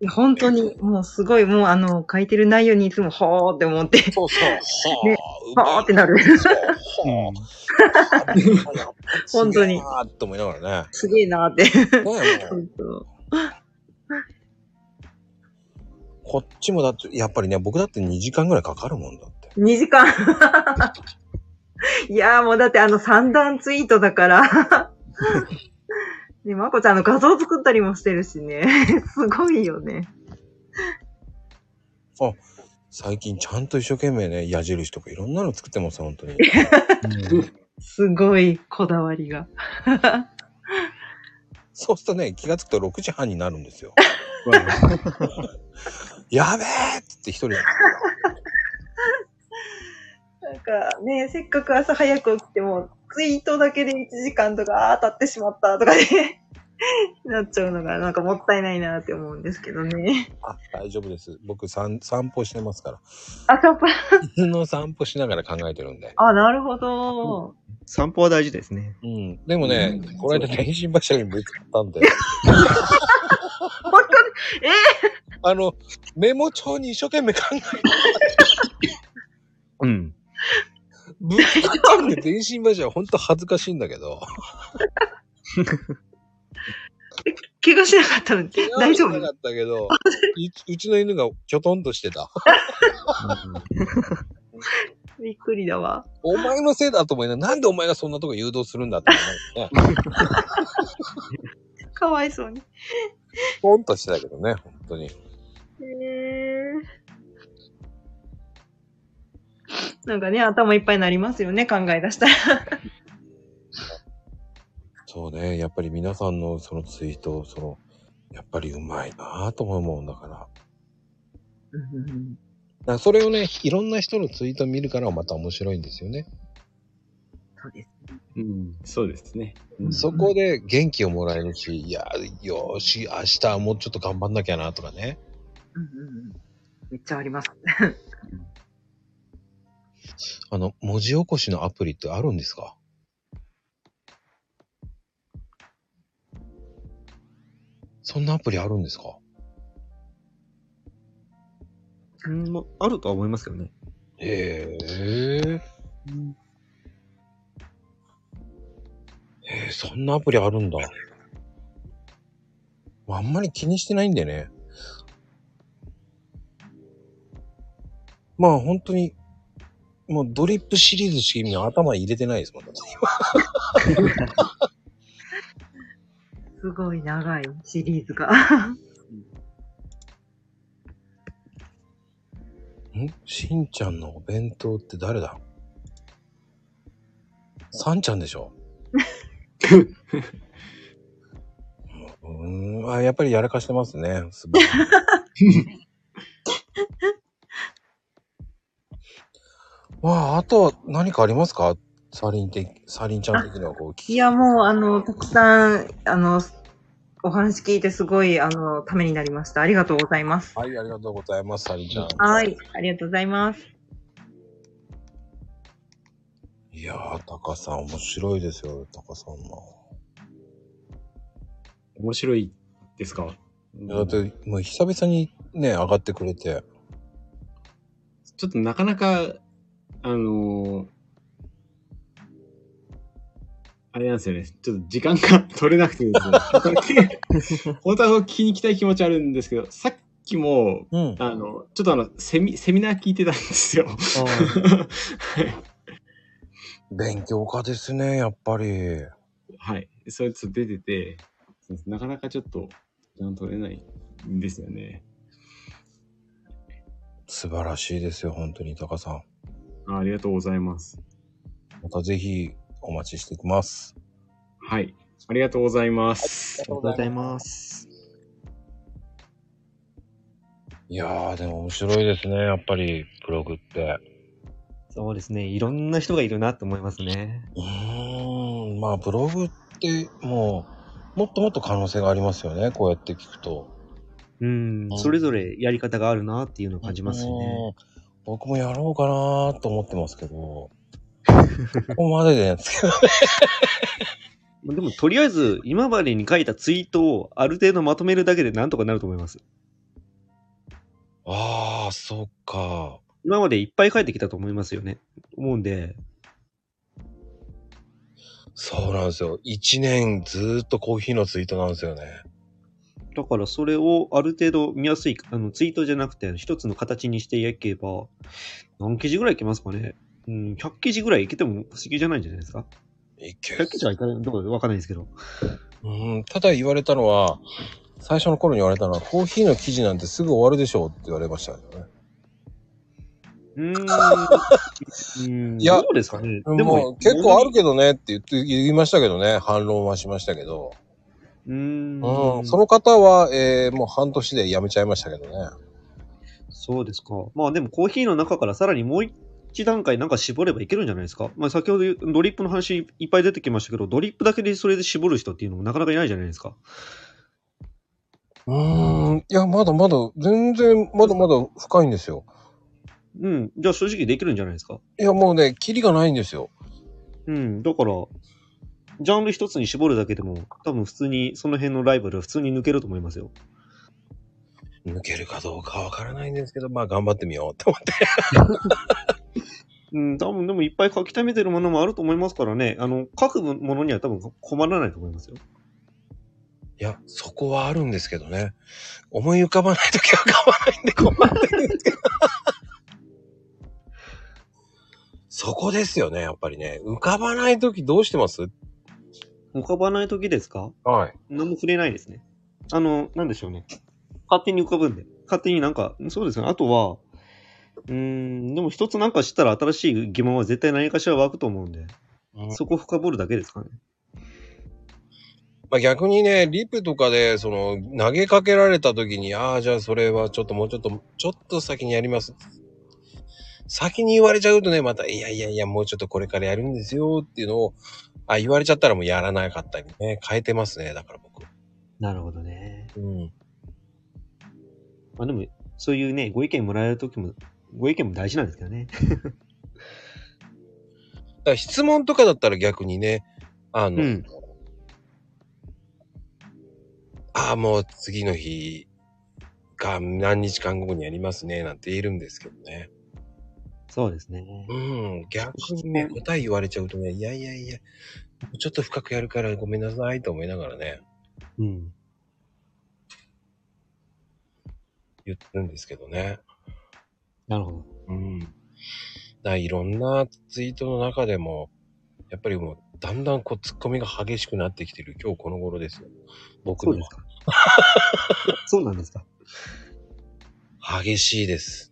いや本当に、もうすごい、もうあの、書いてる内容にいつも、ほーって思って、そうそう、はねあ、うまいほーってなる。そう、うんはあ、本当にああ、と思いながらね。すげえなーって。 [LAUGHS] ねえもそううそうこっちもだって、やっぱりね、僕だって2時間ぐらいかかるもんだって。 2時間。 [LAUGHS] いやーもうだってあの三段ツイートだから。 [LAUGHS] で、まこちゃんあの画像作ったりもしてるしね。 [LAUGHS] すごいよね。最近ちゃんと一生懸命ね、矢印とかいろんなの作ってます、本 [LAUGHS] 当に。すごいこだわりが。そうするとね、気がつくと6時半になるん [LAUGHS] ですよ。わやべえっつって一人で。なんかね、せっかく朝早く起きても、ツイートだけで1時間とか、あー経ってしまったとかね、 [LAUGHS] なっちゃうのがなんかもったいないなって思うんですけどね。あ、大丈夫です。僕散散歩してますから。あ、やっぱ犬の散歩しながら考えてるんで。あ、なるほど。散歩は大事ですね。うん。でもね、この間電信柱にぶつかったんで。 [LAUGHS] 本当に、えあの、メモ帳に一生懸命考え [LAUGHS] て、うん。ぶつかったんで、電信柱は本当恥ずかしいんだけど。怪我しなかったの大丈な夫かったけど、いちうちの犬がきょとんとしてた。びっくりだわ。お前のせいだと思いながら、なんでお前がそんなとこ誘導するんだって思う [LAUGHS] ね。かわいそうに。ポンとしてたけどね、本当に。へーなんかね、頭いっぱいになりますよね、考え出したら。そうね、やっぱり皆さんのそのツイート、その、やっぱりうまいなぁと思うもんだから。だからそれをね、いろんな人のツイート見るからまた面白いんですよね。そうです。うん、そうですね。うんそこで元気をもらえるし、いや、よーし、明日はもうちょっと頑張んなきゃなとかね。うんうんうんめっちゃあります。あの、文字起こしのアプリってあるんですかそんなアプリあるんですかうん、まあるとは思いますけどね。へえ。へえ、そんなアプリあるんだ。あんまり気にしてないんでね。まあ本当に、もうドリップシリーズしか今頭入れてないですもん。だってすごい長いシリーズが。んしんちゃんのお弁当って誰ださんちゃんでしょうーんあやっぱりやらかしてますね。素晴らしいまあ、あとは何かありますかサリン的、サリンちゃん的にはこう聞きいや、もう、あの、たくさん、あの、お話聞いてすごい、あの、ためになりました。ありがとうございます。はい、ありがとうございます、サリンちゃん。はい。ありがとうございます。いやー、タカさん面白いですよ、タカさんも。面白いですかいやだって、もう久々にね、上がってくれて。ちょっとなかなか、あのーあれなんですよね。ちょっと時間が取れなくて [LAUGHS] ですね。本当は聞きに行きたい気持ちあるんですけど、さっきも、うん。あの、ちょっとあの、セミ、セミナー聞いてたんですよ。勉強家ですね、やっぱり。 [LAUGHS] はい。それちょっと出てて、そうですなかなかちょっと、時間取れないんですよね。素晴らしいですよ、本当に、タカさん。あありがとうございます。またぜひお待ちしてます。はい。ありがとうございます。ありがとうございます。いやー、でも面白いですね、やっぱり、ブログって。そうですね。いろんな人がいるなと思いますね。うーん、まあ、ブログって、もう、もっともっと可能性がありますよね、こうやって聞くと。うん、それぞれやり方があるなっていうのを感じますよね。うん僕もやろうかなと思ってます [LAUGHS] けど、ここまででですけどね。まあでも、とりあえず、今までに書いたツイートをある程度まとめるだけでなんとかなると思います。ああ、そっか。今までいっぱい書いてきたと思いますよね。思うんで、そうなんですよ。一年ずーっとコーヒーのツイートなんですよね。だからそれをある程度見やすい、あのツイートじゃなくて、一つの形にしていけば、何記事ぐらいいけますかね。うん、100記事ぐらいいけても不思議じゃないんじゃないですか。いけ100記事はいかない、どうかわかんないですけど。うん、ただ言われたのは、最初の頃に言われたのは、コーヒーの記事なんてすぐ終わるでしょうって言われましたよね。うーん。うんいやどうですかね。ででもも、結構あるけどねって言って、言いましたけどね、反論はしましたけど。うーんうん、その方は、えーもう半年で辞めちゃいましたけどね。そうですか。まあでもコーヒーの中からさらにもう一段階なんか絞ればいけるんじゃないですか。まあ先ほど言うドリップの話いっぱい出てきましたけど、ドリップだけでそれで絞る人っていうのもなかなかいないじゃないですか。うーん、いや、まだまだ、全然、まだまだ深いんですよ。うん。じゃあ正直できるんじゃないですか。いや、もうね、キリがないんですよ。うん。だから、ジャンル一つに絞るだけでも、多分普通にその辺のライバルは普通に抜けると思いますよ。抜けるかどうかわからないんですけど、まあ頑張ってみようって思って。うん、多分でもいっぱい書き溜めてるものもあると思いますからね、あの、書くものには多分困らないと思いますよ。いや、そこはあるんですけどね。思い浮かばないときは浮かばないんで困ってるんですけど。 [LAUGHS] そこですよね、やっぱりね。浮かばないときどうしてます浮かばない時ですかはい。何も触れないですね。あの、なんでしょうね。勝手に浮かぶんで。勝手になんか、そうですね。あとは、うーん、でも一つなんかしたら新しい疑問は絶対何かしら湧くと思うんで、そこ深掘るだけですかね。まあ、逆にね、リプとかで、その、投げかけられたときに、ああ、じゃあそれはちょっともうちょっと、ちょっと先にやります。先に言われちゃうとね、また、いやいやいや、もうちょっとこれからやるんですよっていうのを、あ言われちゃったらもうやらなかったりね、変えてますね、だから僕。なるほどね。うん。まあでも、そういうね、ご意見もらえる時も、ご意見も大事なんですけどね。だから質問とかだったら逆にね、あの、うんああ、もう次の日が何日間後にやりますね、なんて言えるんですけどね。そうですね。うん、逆にね、答え言われちゃうとね、いやいやいや、もうちょっと深くやるからごめんなさいと思いながらね、うん。言ってるんですけどね。なるほど。うん。だからいろんなツイートの中でも、やっぱりもう、だんだんこう、ツッコミが激しくなってきてる、今日この頃ですよ。僕そうのですか。そうなんですか。激しいです。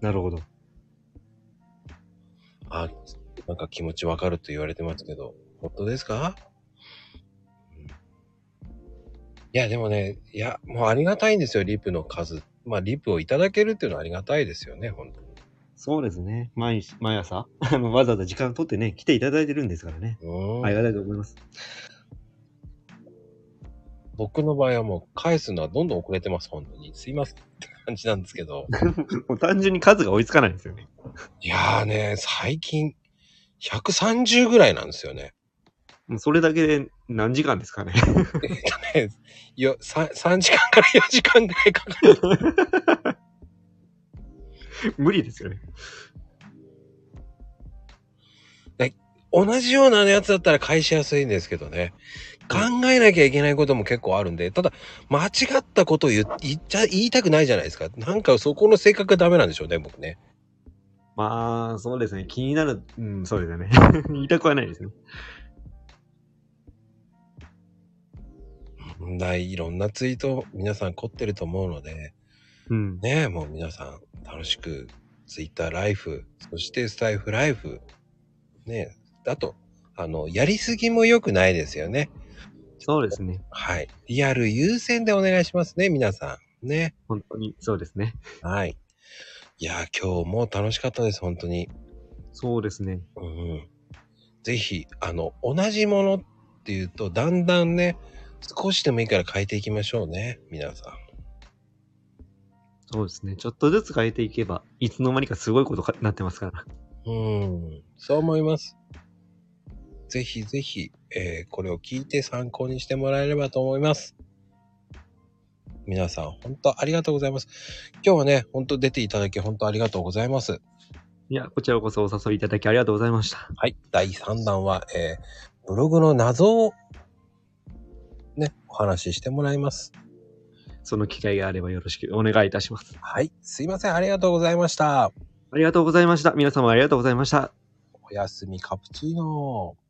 なるほど。あ、なんか気持ちわかると言われてますけど、本当ですか、うんいや、でもね、いや、もうありがたいんですよ、リプの数。まあ、リプをいただけるっていうのはありがたいですよね、本当に。そうですね。毎日、毎朝、 [LAUGHS] あのわざわざ時間取ってね、来ていただいてるんですからね。うんありがたいと思います。僕の場合はもう返すのはどんどん遅れてます、本当に。すいませんって感じなんですけど。もう単純に数が追いつかないんですよね。いやーね、最近、130ぐらいなんですよね。もうそれだけで何時間で [LAUGHS] すかね。ねよ 3, 3時間から4時間ぐらいかかる。無理ですよね。同じようなやつだったら返しやすいんですけどね。考えなきゃいけないことも結構あるんで、ただ、間違ったことを言言っちゃ、言いたくないじゃないですか。なんかそこの性格がダメなんでしょうね、僕ね。まあ、そうですね。気になる。うん、そうです [LAUGHS] よね。言いたくはないですね。ない、いろんなツイート、皆さん凝ってると思うので、うん。ねえ、もう皆さん、楽しく、ツイッターライフ、そしてスタイフライフ、ねえ、あと、あの、やりすぎも良くないですよね。そうですね。はい。リアル優先でお願いしますね、皆さん。ね。本当に、そうですね。はい。いやー、今日も楽しかったです、本当に。そうですね。うんうん。ぜひ、あの、同じものっていうと、だんだんね、少しでもいいから変えていきましょうね、皆さん。そうですね。ちょっとずつ変えていけば、いつの間にかすごいことになってますから。うん、そう思います。ぜひぜひ、えーこれを聞いて参考にしてもらえればと思います。皆さん、本当ありがとうございます。今日はね、本当出ていただき、本当ありがとうございます。いや、こちらこそお誘いいただきありがとうございました。はい、第3弾は、えーブログの謎を、ね、お話ししてもらいます。その機会があればよろしくお願いいたします。はい、すいません、ありがとうございました。ありがとうございました。皆様ありがとうございました。おやすみカプチーノー。